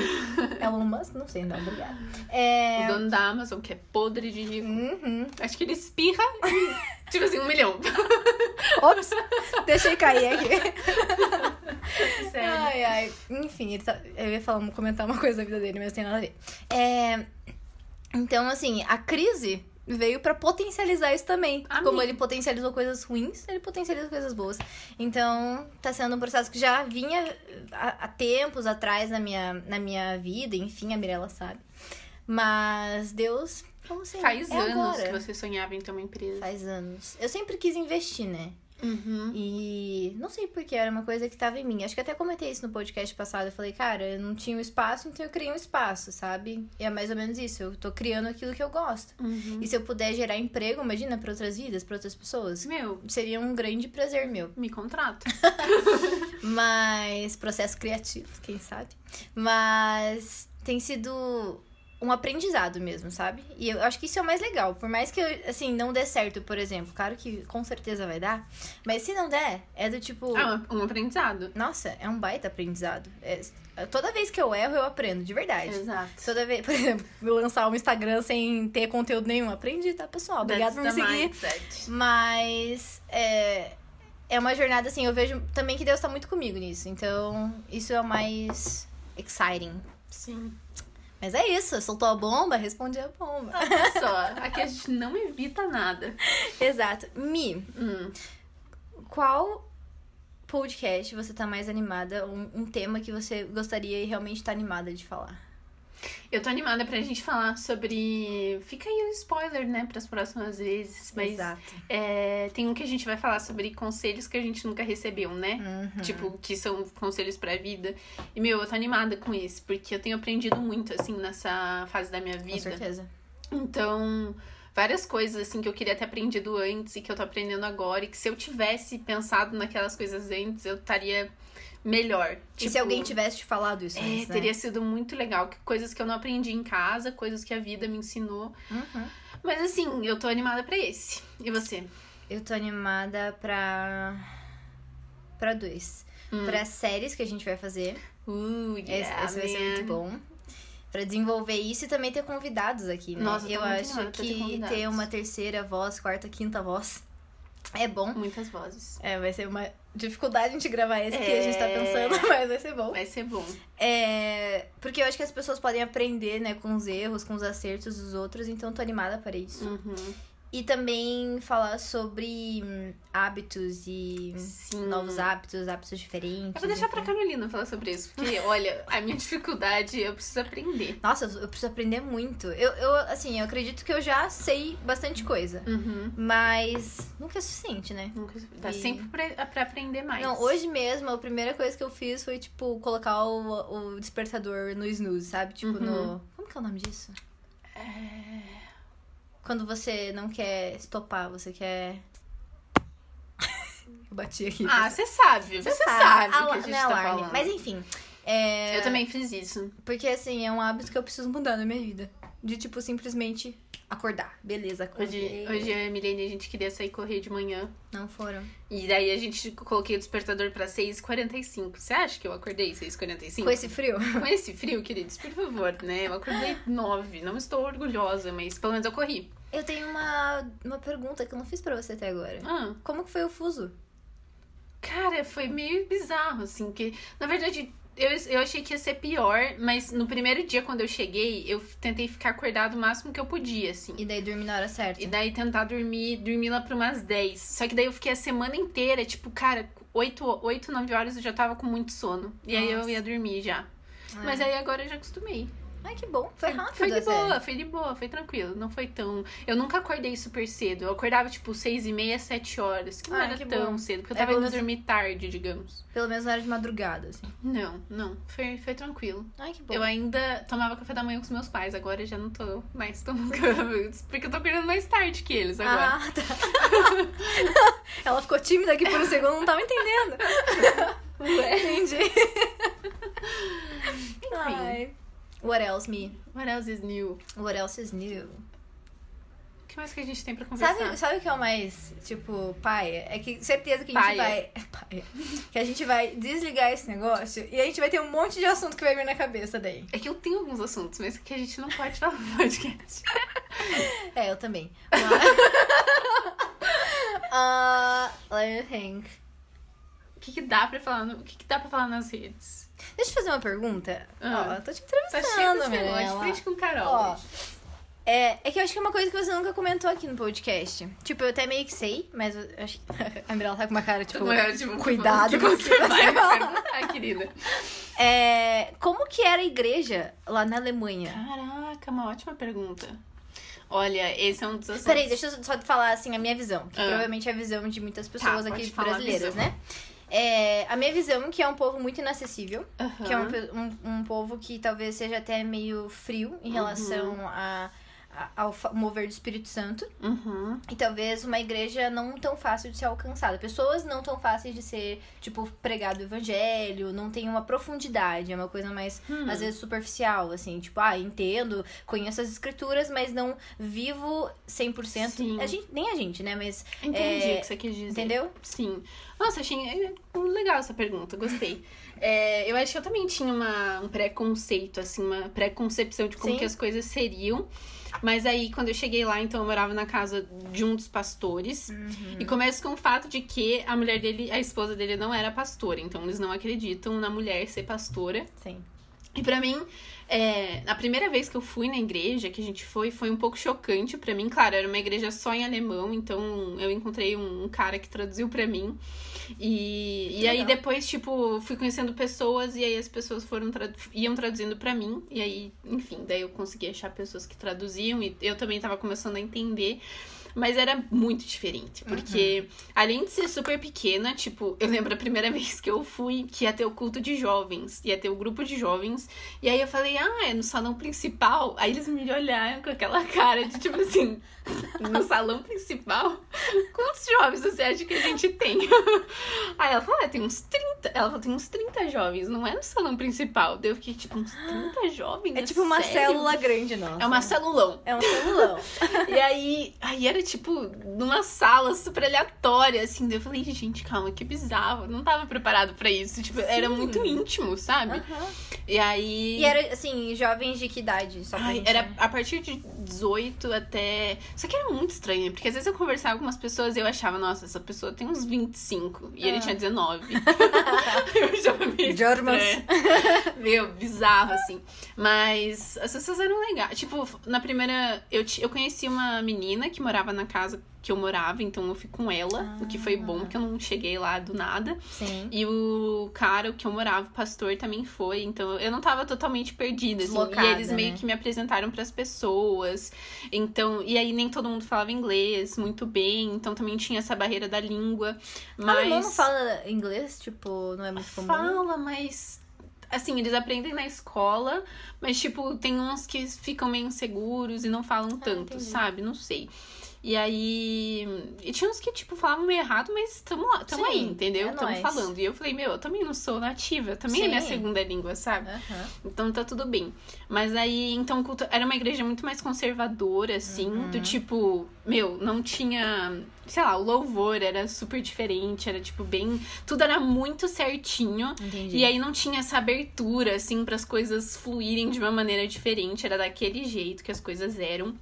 Speaker 1: Elon Musk, não sei, não, obrigada. É.
Speaker 2: O dono da Amazon, que é podre de rico.
Speaker 1: Uhum.
Speaker 2: Acho que ele espirra e, tipo assim, um milhão.
Speaker 1: Ops, deixei cair aqui.
Speaker 2: Sério.
Speaker 1: Ai, ai. Enfim, ele tá- eu ia falar, comentar uma coisa da vida dele, mas não tem nada a ver. É, Então, assim, a crise veio pra potencializar isso também.
Speaker 2: Amém.
Speaker 1: Como ele potencializou coisas ruins, ele potencializou coisas boas. Então, tá sendo um processo que já vinha há, há tempos atrás na minha, na minha vida, enfim, a Mirella sabe. Mas Deus, como sempre,
Speaker 2: Faz
Speaker 1: é
Speaker 2: anos
Speaker 1: agora.
Speaker 2: que você sonhava em ter uma empresa.
Speaker 1: Faz anos. Eu sempre quis investir, né?
Speaker 2: Uhum.
Speaker 1: E não sei porque era uma coisa que tava em mim. Acho que até comentei isso no podcast passado. Eu falei, cara, eu não tinha um espaço, então eu criei um espaço, sabe? E é mais ou menos isso. Eu tô criando aquilo que eu gosto.
Speaker 2: Uhum.
Speaker 1: E se eu puder gerar emprego, imagina, pra outras vidas, pra outras pessoas.
Speaker 2: Meu,
Speaker 1: Seria um grande prazer meu.
Speaker 2: me contrata.
Speaker 1: Mas. Processo criativo, quem sabe? Mas tem sido um aprendizado mesmo, sabe? E eu acho que isso é o mais legal. Por mais que, assim, não dê certo, por exemplo. Claro que com certeza vai dar. Mas se não der, é do tipo.
Speaker 2: Ah, um aprendizado.
Speaker 1: Nossa, é um baita aprendizado. É- toda vez que eu erro, eu aprendo, de verdade.
Speaker 2: Exato.
Speaker 1: Toda vez, por exemplo, eu lançar um Instagram sem ter conteúdo nenhum, aprendi, tá, pessoal? Obrigada por me
Speaker 2: That's the
Speaker 1: seguir.
Speaker 2: mindset.
Speaker 1: Mas é, é uma jornada assim, eu vejo também que Deus tá muito comigo nisso. Então, isso é o mais exciting.
Speaker 2: Sim.
Speaker 1: Mas é isso, soltou a bomba, respondi a bomba.
Speaker 2: Olha só, aqui a gente não evita nada.
Speaker 1: Exato. Mi,
Speaker 2: Hum.
Speaker 1: qual podcast você tá mais animada? Um, um tema que você gostaria e realmente tá animada de falar?
Speaker 2: Eu tô animada pra gente falar sobre. Fica aí o spoiler, né, pras próximas vezes. Mas é, tem um que a gente vai falar sobre conselhos que a gente nunca recebeu, né?
Speaker 1: Uhum.
Speaker 2: Tipo, que são conselhos pra vida. E, meu, eu tô animada com esse, porque eu tenho aprendido muito, assim, nessa fase da minha
Speaker 1: Com
Speaker 2: vida.
Speaker 1: certeza.
Speaker 2: Então, várias coisas, assim, que eu queria ter aprendido antes e que eu tô aprendendo agora. E que se eu tivesse pensado naquelas coisas antes, eu estaria melhor.
Speaker 1: e se alguém tivesse te falado isso
Speaker 2: Tipo, É,
Speaker 1: antes, né?
Speaker 2: teria sido muito legal. Que- Coisas que eu não aprendi em casa, coisas que a vida me ensinou.
Speaker 1: Uhum.
Speaker 2: Mas assim, eu tô animada pra esse. E você?
Speaker 1: Eu tô animada pra... Pra dois.
Speaker 2: Hum.
Speaker 1: Pra séries que a gente vai fazer.
Speaker 2: Uh,
Speaker 1: Esse, esse vai ser muito bom. para desenvolver isso e também ter convidados aqui, né?
Speaker 2: Nossa, eu
Speaker 1: eu
Speaker 2: tô muito
Speaker 1: acho
Speaker 2: animada pra ter
Speaker 1: que ter,
Speaker 2: convidados.
Speaker 1: uma terceira voz, quarta, quinta voz é bom.
Speaker 2: Muitas vozes.
Speaker 1: É, vai ser uma dificuldade a gente gravar esse que a gente tá
Speaker 2: É.
Speaker 1: pensando, mas vai ser bom.
Speaker 2: Vai ser bom.
Speaker 1: É, porque eu acho que as pessoas podem aprender, né, com os erros, com os acertos dos outros, então tô animada para isso.
Speaker 2: Uhum.
Speaker 1: E também falar sobre hum, hábitos e
Speaker 2: Sim.
Speaker 1: novos né? hábitos, hábitos diferentes.
Speaker 2: Hum. Eu vou deixar pra Carolina falar sobre isso, porque, olha, a minha dificuldade, eu preciso aprender.
Speaker 1: Nossa, eu preciso aprender muito. Eu, eu, assim, eu acredito que eu já sei bastante coisa.
Speaker 2: Uhum.
Speaker 1: Mas nunca é suficiente, né?
Speaker 2: Nunca- Dá
Speaker 1: E-
Speaker 2: Tá sempre pra, pra aprender mais.
Speaker 1: Não, hoje mesmo, a primeira coisa que eu fiz foi, tipo, colocar o, o despertador no snooze, sabe? Tipo,
Speaker 2: Uhum.
Speaker 1: no... Como que é o nome disso?
Speaker 2: É,
Speaker 1: Quando você não quer estopar, você quer... eu bati aqui.
Speaker 2: Ah, você sabe. Você sabe o que a
Speaker 1: Ala-
Speaker 2: gente
Speaker 1: não é
Speaker 2: tá
Speaker 1: alarme,
Speaker 2: falando.
Speaker 1: Mas enfim, é...
Speaker 2: Eu também fiz isso.
Speaker 1: Porque, assim, é um hábito que eu preciso mudar na minha vida. De, tipo, simplesmente acordar. Beleza, acordei.
Speaker 2: Hoje, hoje eu e a Milene, a gente queria sair correr de manhã.
Speaker 1: Não foram.
Speaker 2: E daí a gente coloquei o despertador pra 6h45. Você acha que eu acordei 6h45?
Speaker 1: Com esse frio?
Speaker 2: Com esse frio, queridos, por favor, né? Eu acordei 9. Não estou orgulhosa, mas pelo menos eu corri.
Speaker 1: Eu tenho uma, uma pergunta que eu não fiz pra você até agora.
Speaker 2: Ah,
Speaker 1: Como que foi o fuso?
Speaker 2: cara, foi meio bizarro, assim, que na verdade. Eu, eu achei que ia ser pior, mas no primeiro dia, quando eu cheguei, eu tentei ficar acordado o máximo que eu podia, assim.
Speaker 1: E daí dormi na hora certa.
Speaker 2: E daí tentar dormir, dormir lá pra umas 10. Só que daí eu fiquei a semana inteira, tipo, cara, 8, 8 9 horas eu já tava com muito sono. E aí eu
Speaker 1: Nossa.
Speaker 2: ia dormir já.
Speaker 1: Ah.
Speaker 2: Mas aí agora eu já acostumei.
Speaker 1: Ai, que bom. Foi rápido
Speaker 2: É,
Speaker 1: assim.
Speaker 2: Foi de
Speaker 1: até.
Speaker 2: boa, foi de boa, foi tranquilo. Não foi tão. Eu nunca acordei super cedo. Eu acordava tipo 6 e meia, 7 horas. Que não
Speaker 1: Ah,
Speaker 2: era
Speaker 1: que
Speaker 2: tão
Speaker 1: bom.
Speaker 2: cedo, porque eu
Speaker 1: É,
Speaker 2: tava
Speaker 1: pelo
Speaker 2: indo
Speaker 1: menos-
Speaker 2: dormir tarde, digamos.
Speaker 1: Pelo menos na hora de madrugada, assim.
Speaker 2: Não, não. Foi, foi tranquilo.
Speaker 1: Ai, que bom.
Speaker 2: Eu ainda tomava café da manhã com os meus pais. Agora eu já não tô mais tomando. porque eu tô acordando mais tarde que eles agora.
Speaker 1: Ah, tá. Ela ficou tímida aqui por um segundo, não tava entendendo. Ah,
Speaker 2: É.
Speaker 1: Entendi. Ai. What else me?
Speaker 2: What else is new?
Speaker 1: What else is new?
Speaker 2: O que mais que a gente tem pra conversar?
Speaker 1: Sabe, sabe o que é o mais, tipo, paia? É que certeza que a gente
Speaker 2: Paia.
Speaker 1: vai. É paia. Que a gente vai desligar esse negócio e a gente vai ter um monte de assunto que vai vir na cabeça daí.
Speaker 2: É que eu tenho alguns assuntos, mas que a gente não pode falar no podcast.
Speaker 1: É, eu também. Mas- Ah, let me think.
Speaker 2: O que, que dá pra falar? no- O que, que dá pra falar nas redes?
Speaker 1: Deixa eu fazer uma pergunta.
Speaker 2: Ah.
Speaker 1: Ó, eu tô te
Speaker 2: Tá cheio
Speaker 1: entrevistando,
Speaker 2: de negócio, de
Speaker 1: Mirella.
Speaker 2: frente com o Carol.
Speaker 1: Ó,
Speaker 2: hoje.
Speaker 1: é, é que eu acho que é uma coisa que você nunca comentou aqui no podcast. Tipo, eu até meio que sei, mas eu acho que... a Mirella tá com uma cara, tipo...
Speaker 2: Não é, tipo,
Speaker 1: cuidado
Speaker 2: que
Speaker 1: com o que
Speaker 2: você
Speaker 1: você
Speaker 2: vai me
Speaker 1: fala.
Speaker 2: perguntar, querida.
Speaker 1: É, como que era a igreja lá na Alemanha?
Speaker 2: Caraca, uma ótima pergunta. Olha, esse é um dos assuntos.
Speaker 1: Peraí, deixa eu só falar assim a minha visão, que
Speaker 2: Ah.
Speaker 1: provavelmente é a visão de muitas pessoas
Speaker 2: Tá,
Speaker 1: aqui
Speaker 2: pode falar a
Speaker 1: brasileiras,
Speaker 2: visão.
Speaker 1: né? É, a minha visão é que é um povo muito inacessível,
Speaker 2: Aham.
Speaker 1: que é um, pe- um, um povo que talvez seja até meio frio em relação a, a- ao fa- mover do Espírito Santo.
Speaker 2: Uhum.
Speaker 1: E talvez uma igreja não tão fácil de ser alcançada. Pessoas não tão fáceis de ser, tipo, pregado o evangelho, não tem uma profundidade, é uma coisa mais,
Speaker 2: Hum.
Speaker 1: às vezes, superficial, assim, tipo, ah, entendo, conheço as escrituras, mas não vivo 100%.
Speaker 2: Sim.
Speaker 1: A gente, nem a gente, né? Mas,
Speaker 2: Entendi
Speaker 1: É,
Speaker 2: o que você quis dizer.
Speaker 1: entendeu?
Speaker 2: Sim. Nossa, achei é, legal essa pergunta, gostei. É, eu acho que eu também tinha uma, um preconceito, assim, uma preconcepção de como
Speaker 1: Sim.
Speaker 2: que as coisas seriam. Mas aí, quando eu cheguei lá, então eu morava na casa de um dos pastores.
Speaker 1: Uhum.
Speaker 2: E começa com o fato de que a mulher dele, a esposa dele não era pastora. Então eles não acreditam na mulher ser pastora.
Speaker 1: Sim.
Speaker 2: E pra mim, é, a primeira vez que eu fui na igreja, que a gente foi, foi um pouco chocante pra mim. Claro, era uma igreja só em alemão, então eu encontrei um, um cara que traduziu pra mim. E, e aí
Speaker 1: Legal.
Speaker 2: depois, tipo, fui conhecendo pessoas e aí as pessoas foram tradu- iam traduzindo pra mim. E aí, enfim, daí eu consegui achar pessoas que traduziam e eu também tava começando a entender. Mas era muito diferente, porque além de ser super pequena, tipo, eu lembro a primeira vez que eu fui, que ia ter o culto de jovens, ia ter o grupo de jovens, e aí eu falei, ah, é no salão principal? Aí eles me olharam com aquela cara de tipo assim, no salão principal? Quantos jovens você acha que a gente tem? Aí ela falou, ah, tem uns 30. Ela falou, tem uns 30 jovens, não é no salão principal. Daí eu fiquei, tipo, uns 30 jovens?
Speaker 1: É tipo uma
Speaker 2: sério?
Speaker 1: célula grande nossa.
Speaker 2: É uma celulão.
Speaker 1: É um celulão.
Speaker 2: E aí, aí era tipo numa sala super aleatória, assim. Daí eu falei, gente, calma, que bizarro. Não tava preparado pra isso. Tipo, era
Speaker 1: Sim.
Speaker 2: muito íntimo, sabe?
Speaker 1: Aham.
Speaker 2: E aí.
Speaker 1: E era, assim, jovens de que idade? Só pra
Speaker 2: Ai,
Speaker 1: gente-
Speaker 2: era a partir de 18 até. Só que era muito estranho, porque às vezes eu conversava com umas pessoas e eu achava, nossa, essa pessoa tem uns 25 e ele
Speaker 1: Ah.
Speaker 2: tinha 19. eu achava meio.
Speaker 1: Germans.
Speaker 2: estranho. Meu, bizarro, assim. Mas as pessoas eram legais. Tipo, na primeira. Eu, ti- eu conheci uma menina que morava na casa que eu morava, então eu fui com ela, o que foi
Speaker 1: Ah.
Speaker 2: bom, porque eu não cheguei lá do nada.
Speaker 1: Sim.
Speaker 2: E o cara que eu morava, o pastor, também foi. Então eu não tava totalmente perdida. Assim,
Speaker 1: Deslocada,
Speaker 2: e eles meio
Speaker 1: né?
Speaker 2: que me apresentaram pras pessoas. Então, e aí nem todo mundo falava inglês muito bem. Então também tinha essa barreira da língua. Mas.
Speaker 1: Alemão Ah, não fala inglês? Tipo, não é muito comum?
Speaker 2: Fala, mas. Assim, eles aprendem na escola, mas, tipo, tem uns que ficam meio inseguros e não falam tanto,
Speaker 1: Ah, entendi.
Speaker 2: sabe? Não sei. E aí. E tinha uns que, tipo, falavam meio errado, mas estamos lá, tamo
Speaker 1: Sim,
Speaker 2: aí, entendeu?
Speaker 1: é
Speaker 2: Estamos
Speaker 1: nóis.
Speaker 2: falando. E eu falei, meu, eu também não sou nativa, também é minha
Speaker 1: Sim.
Speaker 2: segunda língua, sabe?
Speaker 1: Aham.
Speaker 2: Então tá tudo bem. Mas aí, então, cultu- era uma igreja muito mais conservadora, assim, do
Speaker 1: Uhum.
Speaker 2: tipo, meu, não tinha, sei lá, o louvor era super diferente, era tipo bem. Tudo era muito certinho.
Speaker 1: Entendi.
Speaker 2: E aí não tinha essa abertura, assim, para as coisas fluírem de uma maneira diferente, era daquele jeito que as coisas eram.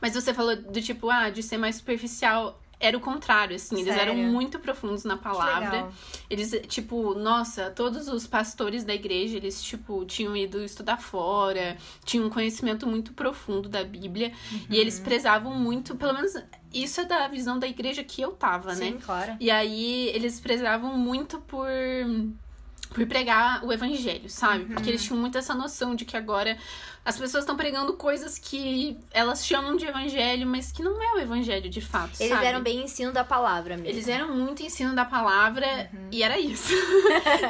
Speaker 2: Mas você falou do tipo, ah, de ser mais superficial. Era o contrário, assim, eles eram
Speaker 1: Sério?
Speaker 2: muito profundos na
Speaker 1: Que
Speaker 2: palavra.
Speaker 1: legal.
Speaker 2: Eles, tipo, nossa, todos os pastores da igreja, eles, tipo, tinham ido estudar fora, tinham um conhecimento muito profundo da Bíblia, e eles
Speaker 1: Uhum.
Speaker 2: prezavam muito, pelo menos isso é da visão da igreja que eu tava, né?
Speaker 1: Sim, claro.
Speaker 2: E aí eles prezavam muito por por pregar o evangelho, sabe? Porque
Speaker 1: Uhum.
Speaker 2: eles tinham muito essa noção de que agora as pessoas estão pregando coisas que elas chamam de evangelho, mas que não é o evangelho de fato,
Speaker 1: Eles
Speaker 2: sabe?
Speaker 1: eram bem ensino da palavra mesmo.
Speaker 2: Eles eram muito ensino da palavra e era isso.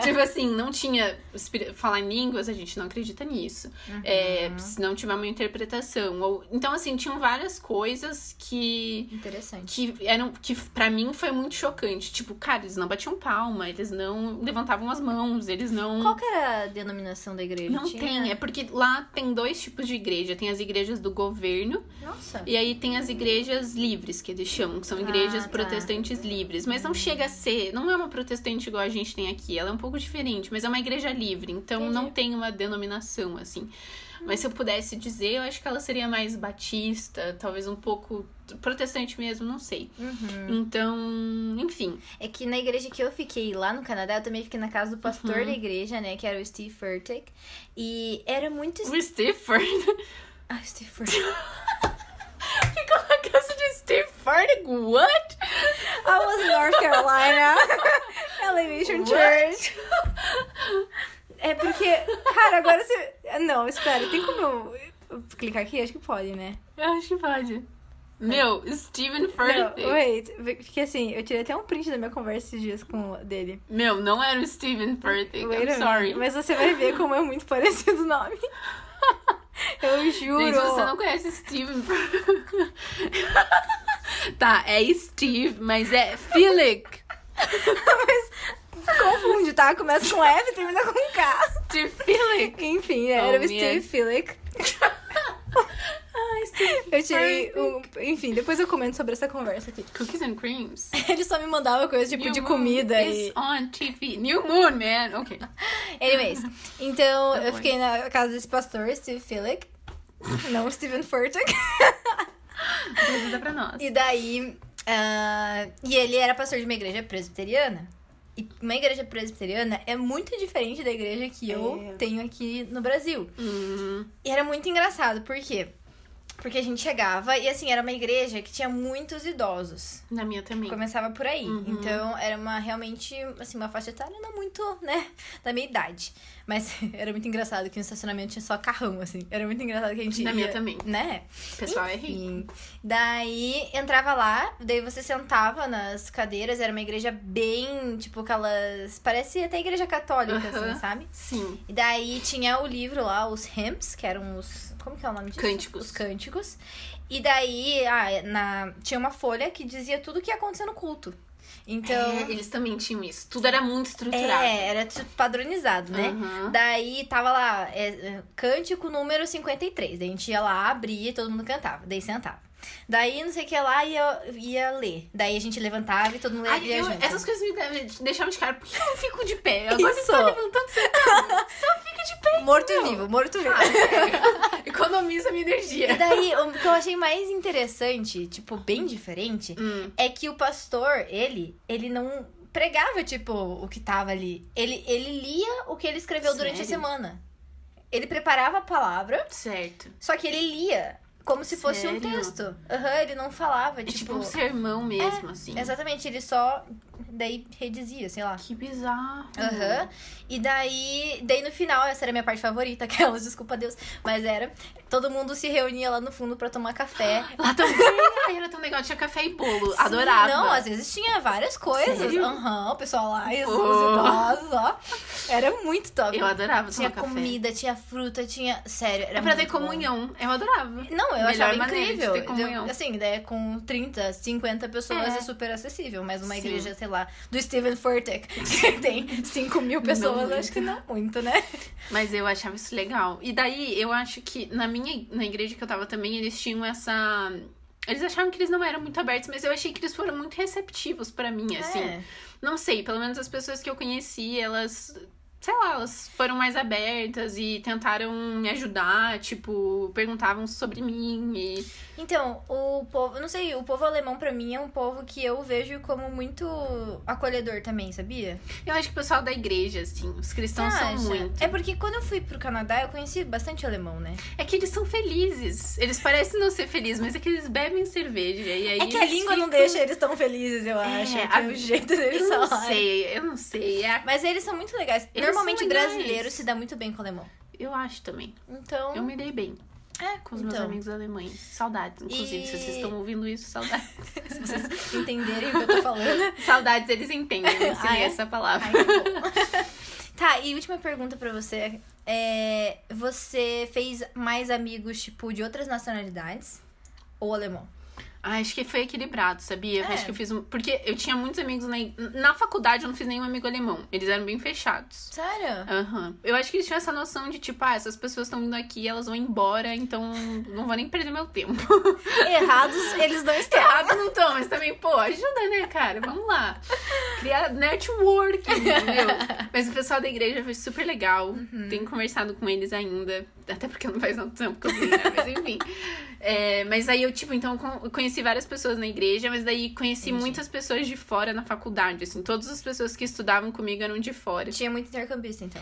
Speaker 2: tipo assim, não tinha. espiri- Falar em línguas, a gente não acredita nisso.
Speaker 1: Uhum.
Speaker 2: É, se não tiver uma interpretação. Ou, então, assim, tinham várias coisas que.
Speaker 1: Interessante.
Speaker 2: Que eram. Que pra mim foi muito chocante. Tipo, cara, eles não batiam palma, eles não levantavam as mãos, eles não.
Speaker 1: Qual que era a denominação da igreja?
Speaker 2: Não
Speaker 1: Tinha?
Speaker 2: tem, é porque lá tem dois tipos de igreja. Tem as igrejas do governo
Speaker 1: Nossa.
Speaker 2: e aí tem as igrejas livres, que eles chamam, que são igrejas
Speaker 1: tá.
Speaker 2: protestantes livres. Mas não chega a ser, não é uma protestante igual a gente tem aqui, ela é um pouco diferente, mas é uma igreja livre, então
Speaker 1: Entendi.
Speaker 2: não tem uma denominação, assim. Mas se eu pudesse dizer, eu acho que ela seria mais batista, talvez um pouco protestante mesmo, não sei.
Speaker 1: Uhum.
Speaker 2: Então, enfim.
Speaker 1: É que na igreja que eu fiquei lá no Canadá, eu também fiquei na casa do pastor
Speaker 2: Uhum.
Speaker 1: da igreja, né? Que era o Steve Furtick. E era muito.
Speaker 2: O Stephen,
Speaker 1: Ah, Steve Furtick.
Speaker 2: ficou na casa de Stephen, what?
Speaker 1: I was in North Carolina. Elevation
Speaker 2: What?
Speaker 1: Church. É porque, cara, agora você. Não, espera, tem como eu- eu clicar aqui? Acho que pode, né?
Speaker 2: Eu acho que pode. Meu, Stephen
Speaker 1: Não,
Speaker 2: Furtick.
Speaker 1: wait, porque assim, eu tirei até um print da minha conversa esses dias com o dele.
Speaker 2: Meu, não era o Stephen Furtick,
Speaker 1: Wait a
Speaker 2: I'm sorry.
Speaker 1: minute, Mas você vai ver como é muito parecido o nome. Eu juro.
Speaker 2: Gente, você não conhece Steve. tá, é Steve, mas é Philip.
Speaker 1: Mas confunde, tá? Começa com F e termina com K.
Speaker 2: Steve Philip.
Speaker 1: Enfim, é, era
Speaker 2: Oh,
Speaker 1: o Steve
Speaker 2: yes.
Speaker 1: Filick.
Speaker 2: Ai, Steve.
Speaker 1: Eu tirei um... Enfim, depois eu comento sobre essa conversa aqui.
Speaker 2: Cookies and creams.
Speaker 1: Ele só me mandava coisa tipo
Speaker 2: New
Speaker 1: de
Speaker 2: Moon
Speaker 1: comida
Speaker 2: is
Speaker 1: e.
Speaker 2: on TV. New Moon, man. Ok.
Speaker 1: Anyways, então
Speaker 2: Tá
Speaker 1: eu
Speaker 2: bom.
Speaker 1: fiquei na casa desse pastor, Steve Filick. Não, Steven Furtick.
Speaker 2: Ajuda pra nós.
Speaker 1: E daí. ah, e ele era pastor de uma igreja presbiteriana. E uma igreja presbiteriana é muito diferente da igreja que eu
Speaker 2: É.
Speaker 1: tenho aqui no Brasil.
Speaker 2: Hum,
Speaker 1: E era muito engraçado, por quê? Porque a gente chegava e assim, era uma igreja que tinha muitos idosos.
Speaker 2: na minha também.
Speaker 1: Começava por aí.
Speaker 2: Uhum.
Speaker 1: Então era uma realmente, assim, uma faixa etária não muito, né, da minha idade. Mas era muito engraçado que no estacionamento tinha só carrão, assim. Era muito engraçado que a gente
Speaker 2: Na
Speaker 1: ia,
Speaker 2: minha também.
Speaker 1: né?
Speaker 2: O pessoal é rico.
Speaker 1: Enfim. Daí entrava lá, daí você sentava nas cadeiras, era uma igreja bem, tipo, aquelas. Parecia até igreja católica,
Speaker 2: Aham.
Speaker 1: assim, sabe?
Speaker 2: Sim.
Speaker 1: E daí tinha o livro lá, os hymns, que eram os. Como que é o nome disso?
Speaker 2: Cânticos.
Speaker 1: Os cânticos. mágicos. E daí ah, na, tinha uma folha que dizia tudo o que ia acontecer no culto. Então.
Speaker 2: É, eles também tinham isso. Tudo era muito estruturado.
Speaker 1: É, era tipo, padronizado, né?
Speaker 2: Uhum.
Speaker 1: Daí tava lá, é, é, cântico número 53. Daí a gente ia lá, abria e todo mundo cantava. Daí sentava. Daí não sei o que lá ia, ia ler. Daí a gente levantava e todo mundo
Speaker 2: Ai,
Speaker 1: lia
Speaker 2: eu-
Speaker 1: junto.
Speaker 2: essas coisas me devem- deixavam de cara. Por que eu não fico de pé? Agora
Speaker 1: Isso.
Speaker 2: que tá levantando, sentado. Só fica de pé.
Speaker 1: Morto
Speaker 2: Não.
Speaker 1: vivo, morto vivo.
Speaker 2: Ah, é. Economiza minha
Speaker 1: E
Speaker 2: energia.
Speaker 1: daí, o que eu achei mais interessante, tipo, bem diferente,
Speaker 2: Hum.
Speaker 1: é que o pastor, ele, ele não pregava, tipo, o que tava ali. Ele, ele lia o que ele escreveu durante a
Speaker 2: Sério?
Speaker 1: semana. Ele preparava a palavra,
Speaker 2: Certo.
Speaker 1: só que ele lia como se fosse um
Speaker 2: Sério?
Speaker 1: texto. Aham, ele não falava,
Speaker 2: É
Speaker 1: tipo...
Speaker 2: tipo um sermão mesmo, assim.
Speaker 1: Exatamente, ele só daí redizia, sei lá.
Speaker 2: Que bizarro.
Speaker 1: Aham. E daí, daí no final, essa era a minha parte favorita, aquelas, desculpa Deus, mas era. Todo mundo se reunia lá no fundo pra tomar café.
Speaker 2: Lá também. Ai, era tão legal. Tinha café e bolo. Adorava.
Speaker 1: Não, às vezes tinha várias coisas.
Speaker 2: Sério?
Speaker 1: Aham, o pessoal lá, e os, os
Speaker 2: Pô.
Speaker 1: idosos, ó. Era muito top.
Speaker 2: Eu adorava tomar
Speaker 1: tinha
Speaker 2: café.
Speaker 1: comida, tinha fruta, tinha. Sério, era
Speaker 2: É pra ter
Speaker 1: muito bom.
Speaker 2: comunhão. Eu adorava.
Speaker 1: Não, eu
Speaker 2: Melhor
Speaker 1: achava
Speaker 2: maneira de
Speaker 1: incrível.
Speaker 2: ter comunhão.
Speaker 1: Eu- assim, daí com 30, 50 pessoas é,
Speaker 2: É.
Speaker 1: super acessível. Mas uma
Speaker 2: Sim.
Speaker 1: igreja, sei lá, do Steven Furtick, que tem 5 mil
Speaker 2: Não
Speaker 1: pessoas,
Speaker 2: muito.
Speaker 1: acho que não muito, né?
Speaker 2: Mas eu achava isso legal. E daí, eu acho que na minha na igreja que eu tava também, eles tinham essa. Eles achavam que eles não eram muito abertos, mas eu achei que eles foram muito receptivos pra mim, assim.
Speaker 1: É.
Speaker 2: Não sei, pelo menos as pessoas que eu conheci, elas. Sei lá, elas foram mais abertas e tentaram me ajudar, tipo, perguntavam sobre mim e.
Speaker 1: Então, o povo, eu não sei, o povo alemão pra mim é um povo que eu vejo como muito acolhedor também, sabia?
Speaker 2: Eu acho que o pessoal da igreja, assim, os cristãos
Speaker 1: Você
Speaker 2: são
Speaker 1: acha?
Speaker 2: muito.
Speaker 1: É porque quando eu fui pro Canadá, eu conheci bastante alemão, né?
Speaker 2: É que eles são felizes. Eles parecem não ser felizes, mas é que eles bebem cerveja. E aí
Speaker 1: é que a
Speaker 2: eles
Speaker 1: língua não
Speaker 2: ficam-
Speaker 1: deixa eles tão felizes, eu
Speaker 2: É,
Speaker 1: acho. É,
Speaker 2: a-
Speaker 1: o jeito deles
Speaker 2: Eu não
Speaker 1: falarem.
Speaker 2: sei, eu não sei. É,
Speaker 1: Mas eles são muito legais.
Speaker 2: Eles
Speaker 1: Normalmente
Speaker 2: são
Speaker 1: o
Speaker 2: legais.
Speaker 1: brasileiro se dá muito bem com o alemão.
Speaker 2: eu acho também.
Speaker 1: Então.
Speaker 2: Eu me dei bem
Speaker 1: É,
Speaker 2: com os meus amigos alemães. Saudades, inclusive,
Speaker 1: E-
Speaker 2: se vocês estão ouvindo isso, saudades.
Speaker 1: Se vocês entenderem o que eu tô falando.
Speaker 2: saudades, eles entendem, eu ensinei
Speaker 1: Ah, é?
Speaker 2: essa palavra.
Speaker 1: Ai, que bom. tá, e última pergunta pra você. É, você fez mais amigos, tipo, de outras nacionalidades? Ou alemão?
Speaker 2: Ah, acho que foi equilibrado, sabia?
Speaker 1: É.
Speaker 2: Acho que eu fiz um... Porque eu tinha muitos amigos na... Na faculdade eu não fiz nenhum amigo alemão. Eles eram bem fechados.
Speaker 1: Sério?
Speaker 2: Aham. Eu acho que eles tinham essa noção de, tipo, ah, essas pessoas estão vindo aqui, elas vão embora, então não vou nem perder meu tempo.
Speaker 1: Errados, eles não estão.
Speaker 2: Tá Errado não estão, mas também, pô, ajuda, né, cara? Vamos lá. Criar networking, entendeu? Mas o pessoal da igreja foi super legal.
Speaker 1: Uhum.
Speaker 2: Tenho conversado com eles ainda. Até porque não faz tanto tempo que eu vim, né? Mas enfim. É, mas aí eu, tipo, então con- eu conheci várias pessoas na igreja, mas daí conheci
Speaker 1: Entendi.
Speaker 2: muitas pessoas de fora na faculdade, assim. Todas as pessoas que estudavam comigo eram de fora.
Speaker 1: Tinha muito intercambista, então.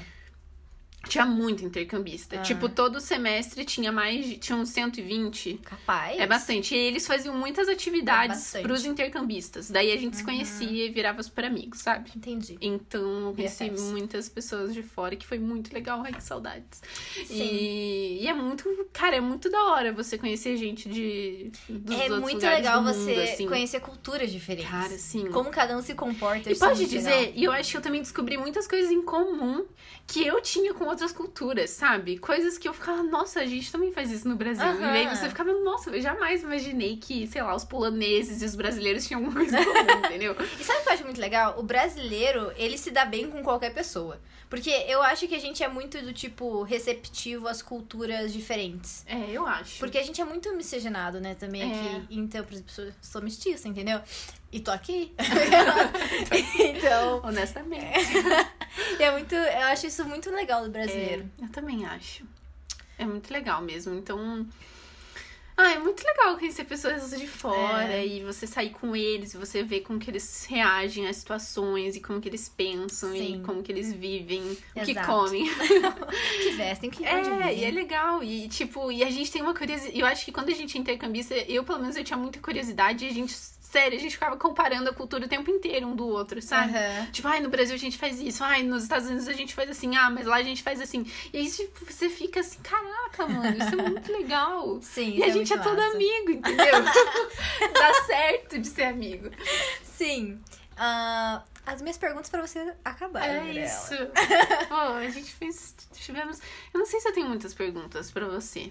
Speaker 2: Tinha muito intercambista.
Speaker 1: Ah.
Speaker 2: Tipo, todo semestre tinha mais. de- Tinha uns 120.
Speaker 1: Capaz.
Speaker 2: É bastante. E eles faziam muitas atividades
Speaker 1: bastante. Uhum.
Speaker 2: pros intercambistas. Daí a gente se conhecia e virava super amigos, sabe?
Speaker 1: Entendi.
Speaker 2: Então eu conheci
Speaker 1: BFFs.
Speaker 2: muitas pessoas de fora, que foi muito legal. Ai, que saudades.
Speaker 1: Sim.
Speaker 2: E, e é muito. Cara, é muito da hora você conhecer gente de. Dos
Speaker 1: é
Speaker 2: outros
Speaker 1: muito
Speaker 2: lugares
Speaker 1: legal
Speaker 2: do mundo,
Speaker 1: você
Speaker 2: assim.
Speaker 1: conhecer culturas diferentes.
Speaker 2: Cara, assim.
Speaker 1: Como cada um se comporta.
Speaker 2: E
Speaker 1: isso é
Speaker 2: pode
Speaker 1: muito
Speaker 2: dizer, e eu acho que eu também descobri muitas coisas em comum que eu tinha com outras culturas, sabe? Coisas que eu ficava, nossa, a gente também faz isso no Brasil.
Speaker 1: Aham.
Speaker 2: E aí você ficava, nossa, eu jamais imaginei que, sei lá, os poloneses e os brasileiros tinham alguma coisa em comum, entendeu?
Speaker 1: E sabe o que eu acho muito legal? O brasileiro, ele se dá bem com qualquer pessoa. Porque eu acho que a gente é muito do tipo receptivo às culturas diferentes.
Speaker 2: É, eu acho.
Speaker 1: Porque a gente é muito miscigenado, né, também
Speaker 2: É.
Speaker 1: aqui. Então, por exemplo, eu sou mestiça, entendeu? E tô aqui. então,
Speaker 2: Honestamente.
Speaker 1: é muito, eu acho isso muito legal do brasileiro.
Speaker 2: É, eu também acho. É muito legal mesmo. Então. Ah, é muito legal conhecer pessoas de fora
Speaker 1: É.
Speaker 2: e você sair com eles, e você ver como que eles reagem às situações e como que eles pensam
Speaker 1: Sim.
Speaker 2: e como que eles vivem, o que
Speaker 1: Exato.
Speaker 2: comem.
Speaker 1: Que vestem, que onde
Speaker 2: É, e é
Speaker 1: vivem.
Speaker 2: legal. E, tipo, e a gente tem uma curiosidade. Eu acho que quando a gente é intercambista, eu, pelo menos, eu tinha muita curiosidade. E a gente, sério, a gente ficava comparando a cultura o tempo inteiro um do outro, sabe?
Speaker 1: Aham.
Speaker 2: Tipo, ai, no Brasil a gente faz isso, ai, nos Estados Unidos a gente faz assim, ah, mas lá a gente faz assim. E aí, tipo, você fica assim, caraca, mano, isso é muito legal.
Speaker 1: Sim,
Speaker 2: E
Speaker 1: isso
Speaker 2: a gente é,
Speaker 1: muito
Speaker 2: todo
Speaker 1: massa.
Speaker 2: amigo, entendeu? Dá certo de ser amigo.
Speaker 1: Sim. Ah, as minhas perguntas pra você acabaram,
Speaker 2: É
Speaker 1: Gabriela.
Speaker 2: isso. Pô, a gente fez. Tivemos. Eu não sei se eu tenho muitas perguntas pra você.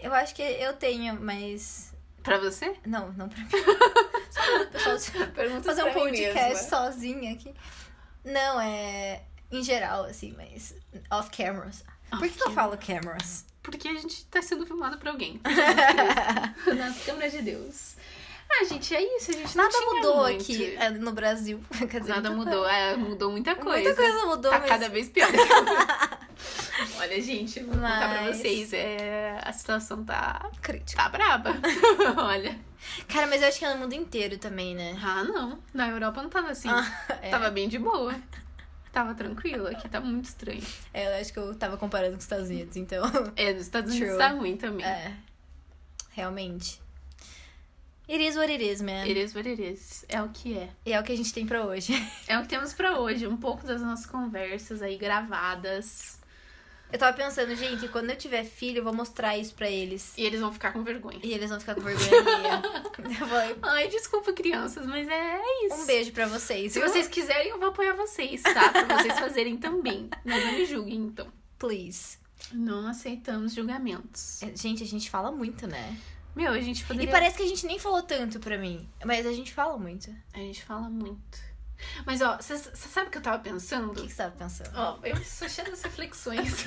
Speaker 1: Eu acho que eu tenho, mas.
Speaker 2: Pra você?
Speaker 1: Não, não pra mim. Só pro pessoal se-
Speaker 2: Pergunta
Speaker 1: fazer um
Speaker 2: pra mim
Speaker 1: podcast
Speaker 2: mesma.
Speaker 1: sozinha aqui. Não, é. Em geral, assim, mas. Off cameras. Por que, que eu falo cameras?
Speaker 2: Ah, Porque a gente tá sendo filmado por alguém. Nas câmeras de Deus. Ah, gente, é isso. A gente não
Speaker 1: Nada
Speaker 2: tinha
Speaker 1: mudou
Speaker 2: muito.
Speaker 1: aqui é, no Brasil. Quer dizer,
Speaker 2: Nada
Speaker 1: muita
Speaker 2: mudou. É, mudou muita
Speaker 1: coisa.
Speaker 2: coisa.
Speaker 1: Muita coisa mudou,
Speaker 2: Tá
Speaker 1: mas.
Speaker 2: cada vez pior. Olha, gente, vou contar pra
Speaker 1: Mas-
Speaker 2: vocês. É... A situação tá,
Speaker 1: Crítica.
Speaker 2: tá braba. Olha.
Speaker 1: Cara, mas eu acho que é no mundo inteiro também, né?
Speaker 2: Ah, não. Na Europa não tava assim.
Speaker 1: É.
Speaker 2: Tava bem de boa. Tava tranquilo. Aqui tá muito estranho.
Speaker 1: É, eu acho que eu tava comparando com os Estados Unidos, então.
Speaker 2: É, nos Estados Unidos
Speaker 1: True.
Speaker 2: tá ruim também.
Speaker 1: É. Realmente. It is what it is, man.
Speaker 2: Eres vereres. É o que é.
Speaker 1: E é o que a gente tem pra hoje.
Speaker 2: É o que temos pra hoje. Um pouco das nossas conversas aí gravadas.
Speaker 1: Eu tava pensando, gente, quando eu tiver filho, eu vou mostrar isso pra eles.
Speaker 2: E eles vão ficar com vergonha.
Speaker 1: E eles vão ficar com vergonha minha. Eu falei,
Speaker 2: Ai, desculpa, crianças, mas é isso.
Speaker 1: um beijo pra vocês.
Speaker 2: Se
Speaker 1: viu?
Speaker 2: vocês quiserem, eu vou apoiar vocês, tá? Pra vocês fazerem também. Mas não me julguem, então.
Speaker 1: Please.
Speaker 2: Não aceitamos julgamentos.
Speaker 1: É, Gente, a gente fala muito, né?
Speaker 2: Meu, a gente
Speaker 1: E
Speaker 2: poderia.
Speaker 1: parece que a gente nem falou tanto pra mim. Mas a gente fala muito.
Speaker 2: A gente fala muito. Mas, ó, você sabe o que eu tava pensando?
Speaker 1: O que, que você tava pensando?
Speaker 2: Ó, eu sou cheia das reflexões.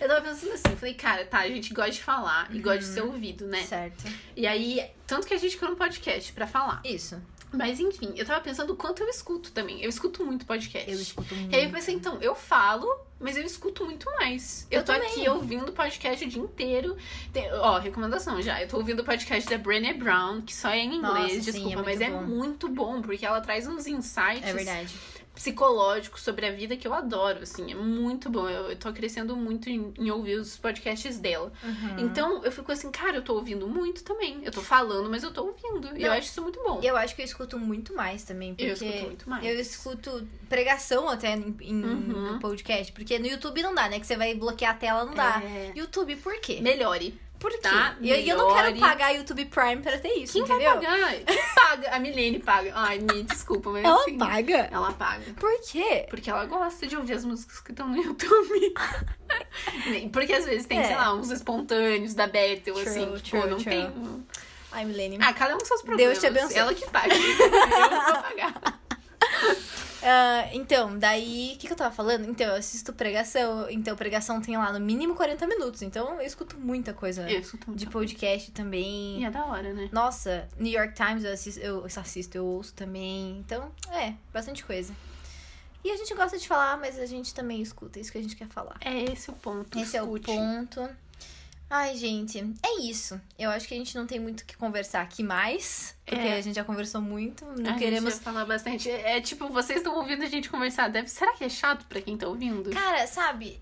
Speaker 2: eu tava pensando assim, falei, cara, tá, a gente gosta de falar e gosta de
Speaker 1: Uhum.
Speaker 2: ser ouvido, né?
Speaker 1: Certo.
Speaker 2: E aí, tanto que a gente criou um podcast pra falar.
Speaker 1: Isso.
Speaker 2: Mas enfim, eu tava pensando o quanto eu escuto também. Eu escuto muito podcast.
Speaker 1: Eu escuto muito.
Speaker 2: E aí eu pensei, então, eu falo, mas eu escuto muito mais. Eu,
Speaker 1: Eu
Speaker 2: tô
Speaker 1: também.
Speaker 2: aqui ouvindo podcast o dia inteiro. Tem- ó, recomendação já. Eu tô ouvindo o podcast da Brené Brown, que só é em
Speaker 1: Nossa,
Speaker 2: inglês,
Speaker 1: sim,
Speaker 2: desculpa,
Speaker 1: é muito
Speaker 2: mas é
Speaker 1: bom.
Speaker 2: muito bom, porque ela traz uns insights
Speaker 1: É verdade.
Speaker 2: psicológicos sobre a vida que eu adoro, assim. É muito bom. Eu, eu tô crescendo muito em, em ouvir os podcasts dela.
Speaker 1: Uhum.
Speaker 2: Então eu fico assim, cara, eu tô ouvindo muito também. Eu tô falando, mas eu tô ouvindo. E eu
Speaker 1: Não.
Speaker 2: acho isso muito bom.
Speaker 1: Eu acho que eu escuto muito mais também, porque
Speaker 2: Eu escuto muito mais.
Speaker 1: eu escuto pregação até em, em-
Speaker 2: Uhum.
Speaker 1: no podcast, porque no YouTube não dá, né? Que você vai bloquear a tela, não dá.
Speaker 2: É.
Speaker 1: YouTube, por quê?
Speaker 2: Melhore.
Speaker 1: Por quê?
Speaker 2: Tá,
Speaker 1: E eu, e eu não quero
Speaker 2: melhore.
Speaker 1: pagar YouTube Prime pra ter isso,
Speaker 2: Quem
Speaker 1: entendeu?
Speaker 2: vai pagar? Quem paga? A Milene paga. Ai, me desculpa, mas
Speaker 1: Ela
Speaker 2: assim,
Speaker 1: paga?
Speaker 2: Ela paga.
Speaker 1: Por quê?
Speaker 2: Porque ela gosta de ouvir as músicas que estão no YouTube. Nem- Porque às vezes tem,
Speaker 1: É.
Speaker 2: sei lá, uns espontâneos da Bethel,
Speaker 1: True,
Speaker 2: assim. Tipo,
Speaker 1: true,
Speaker 2: não
Speaker 1: true.
Speaker 2: tem.
Speaker 1: Ai, Milene.
Speaker 2: Ah, cada um com seus problemas.
Speaker 1: Deus te abençoe.
Speaker 2: Ela que paga. eu não vou pagar.
Speaker 1: Ah, então, daí, o que, que eu tava falando? Então, eu assisto pregação. Então, pregação tem lá no mínimo 40 minutos. Então, eu escuto muita coisa
Speaker 2: Eu escuto muito.
Speaker 1: É. de podcast também.
Speaker 2: É. E é da hora, né?
Speaker 1: Nossa, New York Times eu assisto, eu assisto, eu ouço também. Então, é, bastante coisa. E a gente gosta de falar, mas a gente também escuta, é isso que a gente quer falar.
Speaker 2: É esse o ponto.
Speaker 1: Esse é o
Speaker 2: escute.
Speaker 1: ponto. Ai, gente, é isso. Eu acho que a gente não tem muito o que conversar aqui mais, porque
Speaker 2: É.
Speaker 1: a gente já conversou muito,
Speaker 2: A
Speaker 1: não
Speaker 2: gente
Speaker 1: queremos.
Speaker 2: ia falar bastante. É é tipo, vocês estão ouvindo a gente conversar. Deve... Será que é chato pra quem tá ouvindo?
Speaker 1: Cara, sabe?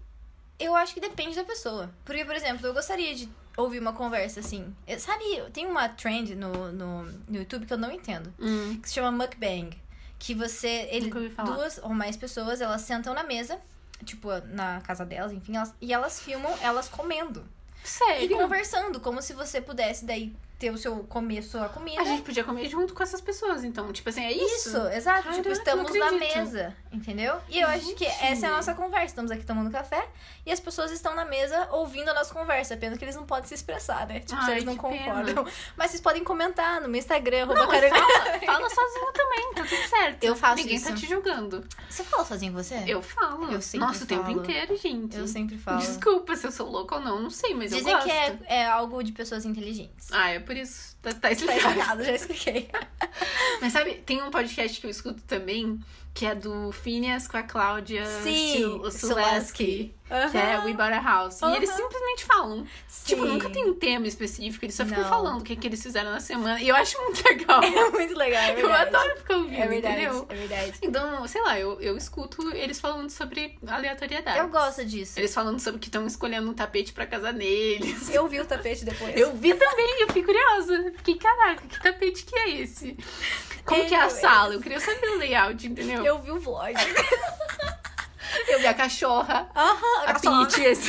Speaker 1: Eu acho que depende da pessoa. Porque, por exemplo, eu gostaria de ouvir uma conversa assim. Eu- Sabe, tem uma trend no, no, no YouTube que eu não entendo.
Speaker 2: Hum.
Speaker 1: que se chama mukbang. Que você. Ele,
Speaker 2: Nunca ouvi falar.
Speaker 1: duas ou mais pessoas, elas sentam na mesa, tipo, na casa delas, enfim, elas- e elas filmam elas comendo. E
Speaker 2: Sério?
Speaker 1: conversando, como se você pudesse daí ter o seu comer sua comida.
Speaker 2: A gente podia comer junto com essas pessoas, então. Tipo assim, é isso?
Speaker 1: Isso, exato.
Speaker 2: Caraca,
Speaker 1: tipo,
Speaker 2: não
Speaker 1: estamos na
Speaker 2: acredito.
Speaker 1: mesa, entendeu? E eu acho que
Speaker 2: Gente.
Speaker 1: essa é a nossa conversa. Estamos aqui tomando café e as pessoas estão na mesa ouvindo a nossa conversa. Pena que eles não podem se expressar, né? Tipo, se
Speaker 2: Ai,
Speaker 1: eles não
Speaker 2: que
Speaker 1: concordam. Mas vocês podem comentar no meu Instagram, arroba
Speaker 2: Não, mas
Speaker 1: Carolina-
Speaker 2: fala, fala sozinho também, tá tudo certo.
Speaker 1: Eu faço
Speaker 2: Ninguém tá
Speaker 1: isso.
Speaker 2: te julgando.
Speaker 1: Você fala sozinho com você?
Speaker 2: Eu falo.
Speaker 1: Eu sempre
Speaker 2: Nossa, o tempo
Speaker 1: falo.
Speaker 2: inteiro, gente.
Speaker 1: Eu sempre falo.
Speaker 2: Desculpa se eu sou louca ou não, não sei, mas eu
Speaker 1: Dizem
Speaker 2: gosto.
Speaker 1: que é, é algo de pessoas inteligentes.
Speaker 2: Ah, é por isso. Tá, tá
Speaker 1: Tá
Speaker 2: explicado.
Speaker 1: explicado, já expliquei.
Speaker 2: Mas sabe, tem um podcast que eu escuto também, que é do Phineas com a Cláudia
Speaker 1: Sim,
Speaker 2: Sil- Sileski. Ah, Que é We Bought a House. E eles
Speaker 1: Aham.
Speaker 2: simplesmente falam. Tipo, nunca tem um tema específico, eles só ficam
Speaker 1: Não.
Speaker 2: falando o que, é que eles fizeram na semana. E eu acho muito legal.
Speaker 1: É muito legal, é
Speaker 2: eu
Speaker 1: verdade.
Speaker 2: adoro ficar ouvindo,
Speaker 1: É verdade,
Speaker 2: entendeu?
Speaker 1: é verdade.
Speaker 2: Então, sei lá, eu, eu escuto eles falando sobre aleatoriedade.
Speaker 1: Eu gosto disso.
Speaker 2: Eles falando sobre que estão escolhendo um tapete pra casar neles.
Speaker 1: Eu vi o tapete depois.
Speaker 2: Eu vi também, eu fiquei curiosa. Fiquei, caraca, que tapete que é esse? Como que é a
Speaker 1: Anyways.
Speaker 2: sala? Eu queria saber o layout, entendeu?
Speaker 1: Eu vi o vlog.
Speaker 2: Eu vi a cachorra,
Speaker 1: Aham,
Speaker 2: a
Speaker 1: só-
Speaker 2: Peaches.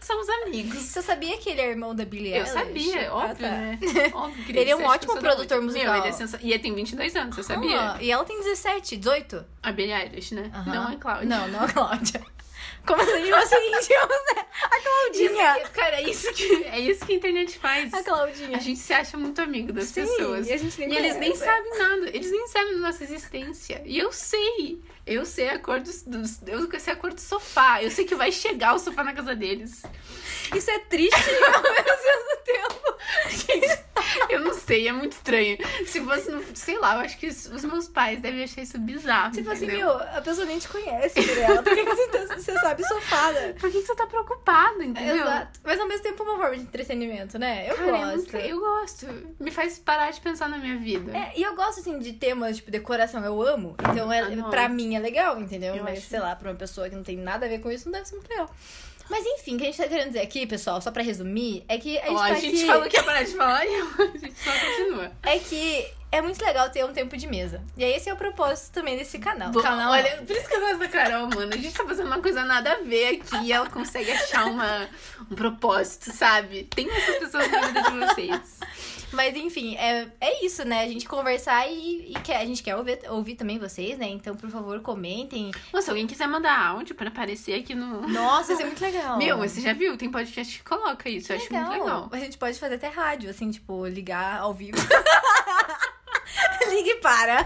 Speaker 2: Somos amigos.
Speaker 1: Você sabia que ele é irmão da Billie
Speaker 2: Eu
Speaker 1: Eilish?
Speaker 2: sabia,
Speaker 1: Ah,
Speaker 2: óbvio,
Speaker 1: tá.
Speaker 2: né? Óbvio,
Speaker 1: Ele é um ótimo produtor musical.
Speaker 2: Meu, ele é sensa... E ele tem 22 anos, você sabia?
Speaker 1: Ah, e ela tem 17, 18?
Speaker 2: A Billie Eilish, né?
Speaker 1: Aham.
Speaker 2: Não é Cláudia.
Speaker 1: Não, não é Cláudia. Como se fosse índios, né? A Claudinha.
Speaker 2: Isso que- cara, é isso que é isso que a internet faz.
Speaker 1: A Claudinha.
Speaker 2: A gente se acha muito amigo das
Speaker 1: Sim,
Speaker 2: pessoas.
Speaker 1: e assim a gente nem
Speaker 2: e eles nem
Speaker 1: conhece.
Speaker 2: sabem nada. Eles nem sabem da nossa existência. E eu sei. Eu sei a cor dos, dos- Eu sei a cor do sofá. Eu sei que vai chegar o sofá na casa deles.
Speaker 1: Isso é triste e ao mesmo tempo.
Speaker 2: Eu não sei, é muito estranho. Se fosse, no- sei lá, eu acho que os os meus pais devem achar isso bizarro.
Speaker 1: Tipo assim,
Speaker 2: entendeu?
Speaker 1: meu, a pessoa nem te conhece, Gabriela. Por que que você, tá- você sabe sofada?
Speaker 2: Por que, que você tá preocupada, entendeu?
Speaker 1: Exato. Mas ao mesmo tempo é uma forma de entretenimento, né? Eu
Speaker 2: Cara, eu, não
Speaker 1: gosto.
Speaker 2: sei, eu gosto. Me faz parar de pensar na minha vida.
Speaker 1: É, e eu gosto, assim, de temas, tipo, decoração, eu amo. Então, é,
Speaker 2: Ah, não.
Speaker 1: pra mim é legal, entendeu?
Speaker 2: Eu
Speaker 1: Mas,
Speaker 2: acho.
Speaker 1: sei lá, pra uma pessoa que não tem nada a ver com isso, não deve ser muito legal. Mas, enfim, o que a gente tá querendo dizer aqui, pessoal, só pra resumir, é que a gente
Speaker 2: Ó,
Speaker 1: tá
Speaker 2: a gente
Speaker 1: aqui...
Speaker 2: falou que ia parar de falar e a gente só continua.
Speaker 1: É que é muito legal ter um tempo de mesa. E aí, esse é o propósito também desse canal.
Speaker 2: Bom,
Speaker 1: canal é,
Speaker 2: olha, por isso que eu gosto da Carol, mano. A gente tá fazendo uma coisa nada a ver aqui e ela consegue achar uma, um propósito, sabe? Tem essas pessoas na vida de vocês.
Speaker 1: Mas enfim, é, é isso, né? A gente conversar e, e quer, a gente quer ouvir, ouvir também vocês, né? Então, por favor, comentem.
Speaker 2: Ou se alguém quiser mandar áudio pra aparecer aqui no.
Speaker 1: Nossa, isso é muito legal.
Speaker 2: Meu, mas você já viu? Tem podcast que coloca isso. Eu acho muito legal.
Speaker 1: A gente pode fazer até rádio, assim, tipo, ligar ao vivo. Ligue para.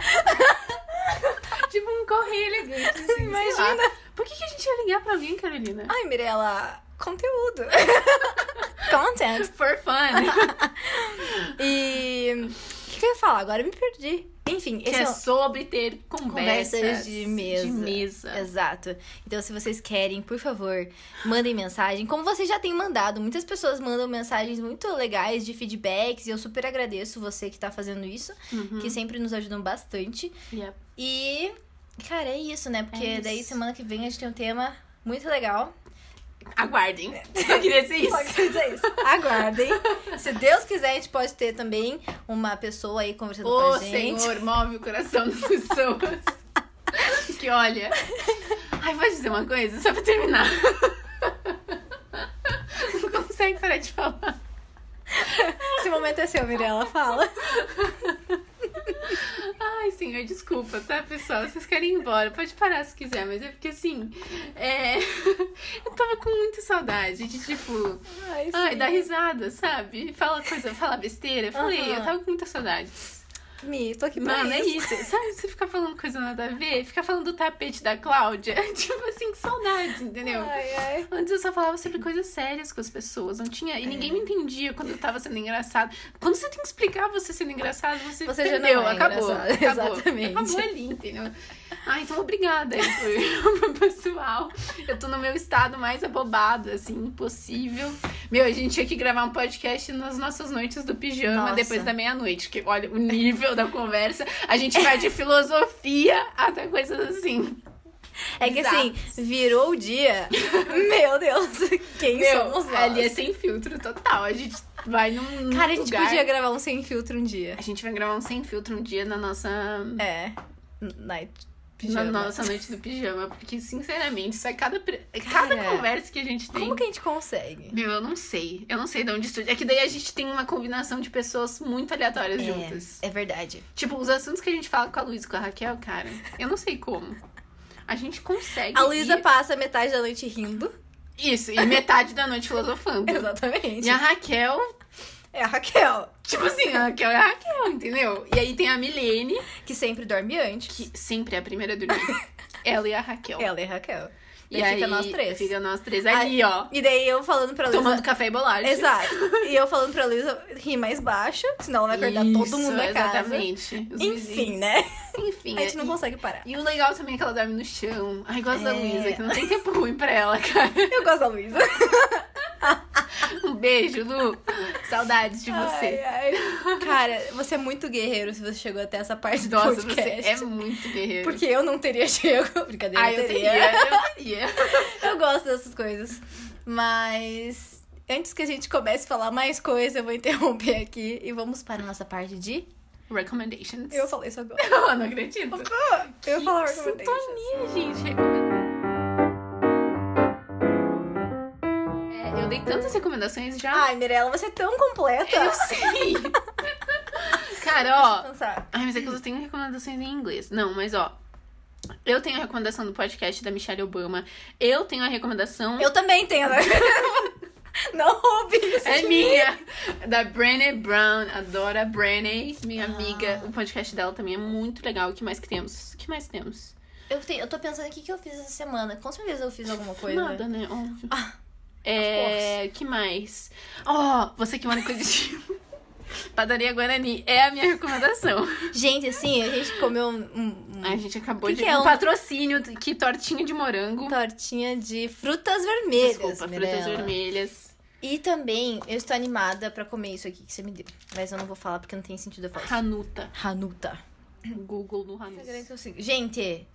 Speaker 2: Tipo um correio elegante. Assim, Imagina. Por que, que a gente ia ligar pra alguém, Carolina?
Speaker 1: Ai, Mirella, conteúdo. Content.
Speaker 2: For fun. né?
Speaker 1: E. O que, que eu ia falar? Agora eu me perdi. Enfim,
Speaker 2: que
Speaker 1: esse
Speaker 2: é
Speaker 1: é um-
Speaker 2: sobre ter conversas,
Speaker 1: Conversas de mesa.
Speaker 2: De mesa.
Speaker 1: Exato. Então, se vocês querem, por favor, mandem mensagem. Como vocês já têm mandado, muitas pessoas mandam mensagens muito legais de feedbacks. E eu super agradeço você que tá fazendo isso,
Speaker 2: Uhum.
Speaker 1: que sempre nos ajudam bastante.
Speaker 2: Yep.
Speaker 1: E, cara, é isso, né? Porque
Speaker 2: É isso.
Speaker 1: daí semana que vem a gente tem um tema muito legal.
Speaker 2: Aguardem. Só queria dizer isso.
Speaker 1: Só queria dizer isso. Aguardem. se Deus quiser, a gente pode ter também uma pessoa aí conversando
Speaker 2: Ô,
Speaker 1: com a gente.
Speaker 2: Senhor, move o coração das pessoas. que olha. Ai, vou dizer uma coisa, só pra terminar. Não consegue parar de falar.
Speaker 1: Esse momento é seu, Mirella, fala.
Speaker 2: Ai, senhor, desculpa, tá, pessoal? Vocês querem ir embora. Pode parar se quiser, mas é porque assim. É... Eu tava com muita saudade de tipo.
Speaker 1: Ai,
Speaker 2: Ai,
Speaker 1: sim.
Speaker 2: dar risada, sabe? Fala coisa, fala besteira. Eu Falei,
Speaker 1: Aham.
Speaker 2: eu tava com muita saudade.
Speaker 1: Mi, tô aqui pra
Speaker 2: Mano, é isso. Sabe, você ficar falando coisa nada a ver, ficar falando do tapete da Cláudia. Tipo assim, que saudades, entendeu?
Speaker 1: Ai, ai.
Speaker 2: Antes eu só falava sobre coisas sérias com as pessoas, não tinha.
Speaker 1: É.
Speaker 2: E ninguém me entendia quando eu tava sendo engraçado. Quando você tem que explicar você sendo engraçado, você,
Speaker 1: Você já não
Speaker 2: entendeu,
Speaker 1: é
Speaker 2: acabou.
Speaker 1: engraçado,
Speaker 2: acabou.
Speaker 1: exatamente.
Speaker 2: Acabou ali, entendeu? Ah, então obrigada aí pro- pro pessoal. Eu tô no meu estado mais abobado, assim, possível. Meu, a gente tinha que gravar um podcast nas nossas noites do pijama
Speaker 1: Nossa.
Speaker 2: depois da meia-noite. Que olha o nível da conversa. A gente vai de filosofia até coisas assim.
Speaker 1: É que
Speaker 2: Exato.
Speaker 1: assim, virou o dia. Meu Deus, quem
Speaker 2: Meu,
Speaker 1: somos nós?
Speaker 2: ali é sem filtro total. A gente vai num. num
Speaker 1: Cara, a gente
Speaker 2: lugar.
Speaker 1: podia gravar um sem filtro um dia.
Speaker 2: A gente vai gravar um sem filtro um dia na nossa.
Speaker 1: É. N- Night.
Speaker 2: Na
Speaker 1: Pijama.
Speaker 2: nossa noite do pijama. Porque, sinceramente, isso é cada, pre- cada
Speaker 1: Cara,
Speaker 2: conversa que a gente tem.
Speaker 1: Como que a gente consegue?
Speaker 2: Meu, eu não sei. Eu não sei de onde isso. É que daí a gente tem uma combinação de pessoas muito aleatórias juntas.
Speaker 1: É, é verdade.
Speaker 2: Tipo, os assuntos que a gente fala com a Luísa e com a Raquel, cara, eu não sei como. A gente consegue.
Speaker 1: A Luísa
Speaker 2: ir-
Speaker 1: passa metade da noite rindo.
Speaker 2: Isso, e metade da noite filosofando.
Speaker 1: Exatamente.
Speaker 2: E a Raquel,
Speaker 1: É a Raquel,
Speaker 2: tipo assim, a Raquel é a Raquel, entendeu? E aí tem a Milene,
Speaker 1: que sempre dorme antes.
Speaker 2: que sempre é a primeira do dia. Ela e a Raquel.
Speaker 1: Ela é a Raquel.
Speaker 2: e
Speaker 1: daí
Speaker 2: aí,
Speaker 1: fica nós três.
Speaker 2: Fica nós três ali, ó.
Speaker 1: E daí eu falando pra Luísa.
Speaker 2: Tomando café e bolacha.
Speaker 1: Exato. E eu falando pra Luísa rir mais baixo, senão ela vai acordar todo mundo na casa.
Speaker 2: Exatamente. Os
Speaker 1: Enfim,
Speaker 2: vizinhos.
Speaker 1: né?
Speaker 2: Enfim.
Speaker 1: A gente não
Speaker 2: é-
Speaker 1: consegue parar.
Speaker 2: E o legal também é que ela dorme no chão. Ai, gosto da
Speaker 1: É.
Speaker 2: Luísa, que não tem tempo ruim pra ela, cara.
Speaker 1: Eu gosto da Luísa.
Speaker 2: Um beijo, Lu. Saudades de você.
Speaker 1: Ai, ai. Cara, você é muito guerreiro se você chegou até essa parte do
Speaker 2: Nossa, você
Speaker 1: podcast.
Speaker 2: é muito guerreira.
Speaker 1: Porque eu não teria chego. Brincadeira,
Speaker 2: Ai, eu teria, eu teria.
Speaker 1: Eu gosto dessas coisas. Mas antes que a gente comece a falar mais coisa, eu vou interromper aqui e vamos para a nossa parte de.
Speaker 2: Recommendations.
Speaker 1: Eu falei isso agora.
Speaker 2: Eu não acredito.
Speaker 1: Eu ia falar
Speaker 2: Que
Speaker 1: recommendations.
Speaker 2: Sintonia, gente. É, eu dei tantas recomendações já.
Speaker 1: Ai, Mirella, você é tão completa.
Speaker 2: eu sei. Cara, ó.
Speaker 1: Pensar.
Speaker 2: Ai, mas é que eu só tenho recomendações em inglês. Não, mas ó. Eu tenho a recomendação do podcast da Michelle Obama. Eu tenho a recomendação.
Speaker 1: Eu também tenho, né? Não roube isso.
Speaker 2: É
Speaker 1: de
Speaker 2: minha, da Brené Brown. Adoro a Brené, minha
Speaker 1: Ah.
Speaker 2: amiga. O podcast dela também é muito legal. O que mais que temos? O que mais temos?
Speaker 1: Eu, tenho, eu tô pensando o que, que eu fiz essa semana. Com certeza eu fiz alguma coisa.
Speaker 2: Nada, né? Óbvio.
Speaker 1: Ah,
Speaker 2: é, que mais? Ó, você que mora em Curitiba. Padaria Guarani é a minha recomendação.
Speaker 1: Gente, assim, a gente comeu um, um-
Speaker 2: A gente acabou
Speaker 1: Que
Speaker 2: de
Speaker 1: que é
Speaker 2: um
Speaker 1: um-
Speaker 2: patrocínio que tortinha de morango.
Speaker 1: uma tortinha de frutas vermelhas.
Speaker 2: Desculpa, frutas
Speaker 1: Mirella.
Speaker 2: vermelhas.
Speaker 1: E também eu estou animada pra comer isso aqui que você me deu. Mas eu não vou falar porque não tem sentido eu falar. isso.
Speaker 2: Hanuta.
Speaker 1: Hanuta.
Speaker 2: Google no
Speaker 1: é
Speaker 2: Hanuta.
Speaker 1: Gente,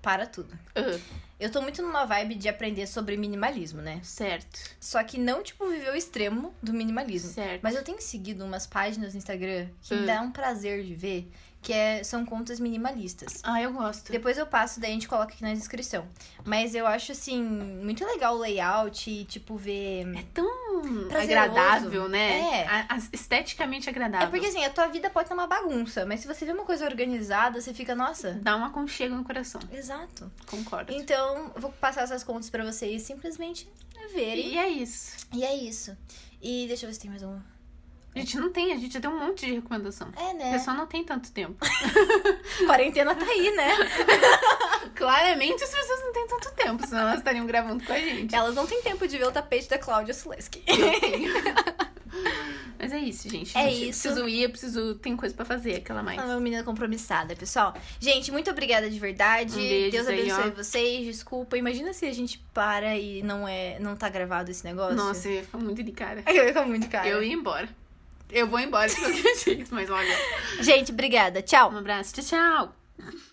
Speaker 1: para tudo.
Speaker 2: Ah,
Speaker 1: Eu tô muito numa vibe de aprender sobre minimalismo, né?
Speaker 2: certo.
Speaker 1: Só que não, tipo, viver o extremo do minimalismo.
Speaker 2: Certo.
Speaker 1: Mas eu tenho seguido umas páginas no Instagram que
Speaker 2: Hum.
Speaker 1: me dá um prazer de ver, que é- são contas minimalistas.
Speaker 2: Ah, eu gosto.
Speaker 1: Depois eu passo, daí a gente coloca aqui na descrição. Mas eu acho, assim, muito legal o layout e, tipo, ver.
Speaker 2: É tão
Speaker 1: Prazeroso.
Speaker 2: agradável, né?
Speaker 1: É.
Speaker 2: A- a- esteticamente agradável.
Speaker 1: É porque, assim, a tua vida pode estar uma bagunça, mas se você vê uma coisa organizada, você fica, nossa.
Speaker 2: Dá um aconchego no coração.
Speaker 1: Exato.
Speaker 2: Concordo.
Speaker 1: Então, eu vou passar essas contas pra vocês simplesmente verem.
Speaker 2: E é isso.
Speaker 1: E é isso. E deixa eu ver se tem mais uma.
Speaker 2: A gente não tem, a gente tem um monte de recomendação.
Speaker 1: É,
Speaker 2: O
Speaker 1: né?
Speaker 2: pessoal não tem tanto tempo.
Speaker 1: Quarentena tá aí, né?
Speaker 2: Claramente as pessoas não têm tanto tempo, senão elas estariam gravando com a gente.
Speaker 1: Elas não têm tempo de ver o tapete da Cláudia Suleski.
Speaker 2: Mas é isso, gente.
Speaker 1: É
Speaker 2: Gente, eu
Speaker 1: isso.
Speaker 2: Preciso ir, eu preciso. Tem coisa pra fazer, aquela mais.
Speaker 1: Ela é uma menina compromissada, pessoal. Gente, muito obrigada de verdade.
Speaker 2: Um beijo,
Speaker 1: Deus
Speaker 2: Zé,
Speaker 1: abençoe
Speaker 2: ó.
Speaker 1: vocês. Desculpa. Imagina se a gente para e não é, não tá gravado esse negócio.
Speaker 2: Nossa, eu ia ficar muito de cara.
Speaker 1: eu ia ficar muito cara.
Speaker 2: Eu ia embora. Eu vou embora de qualquer jeito, mas olha.
Speaker 1: Gente, obrigada. Tchau.
Speaker 2: Um abraço, tchau, tchau.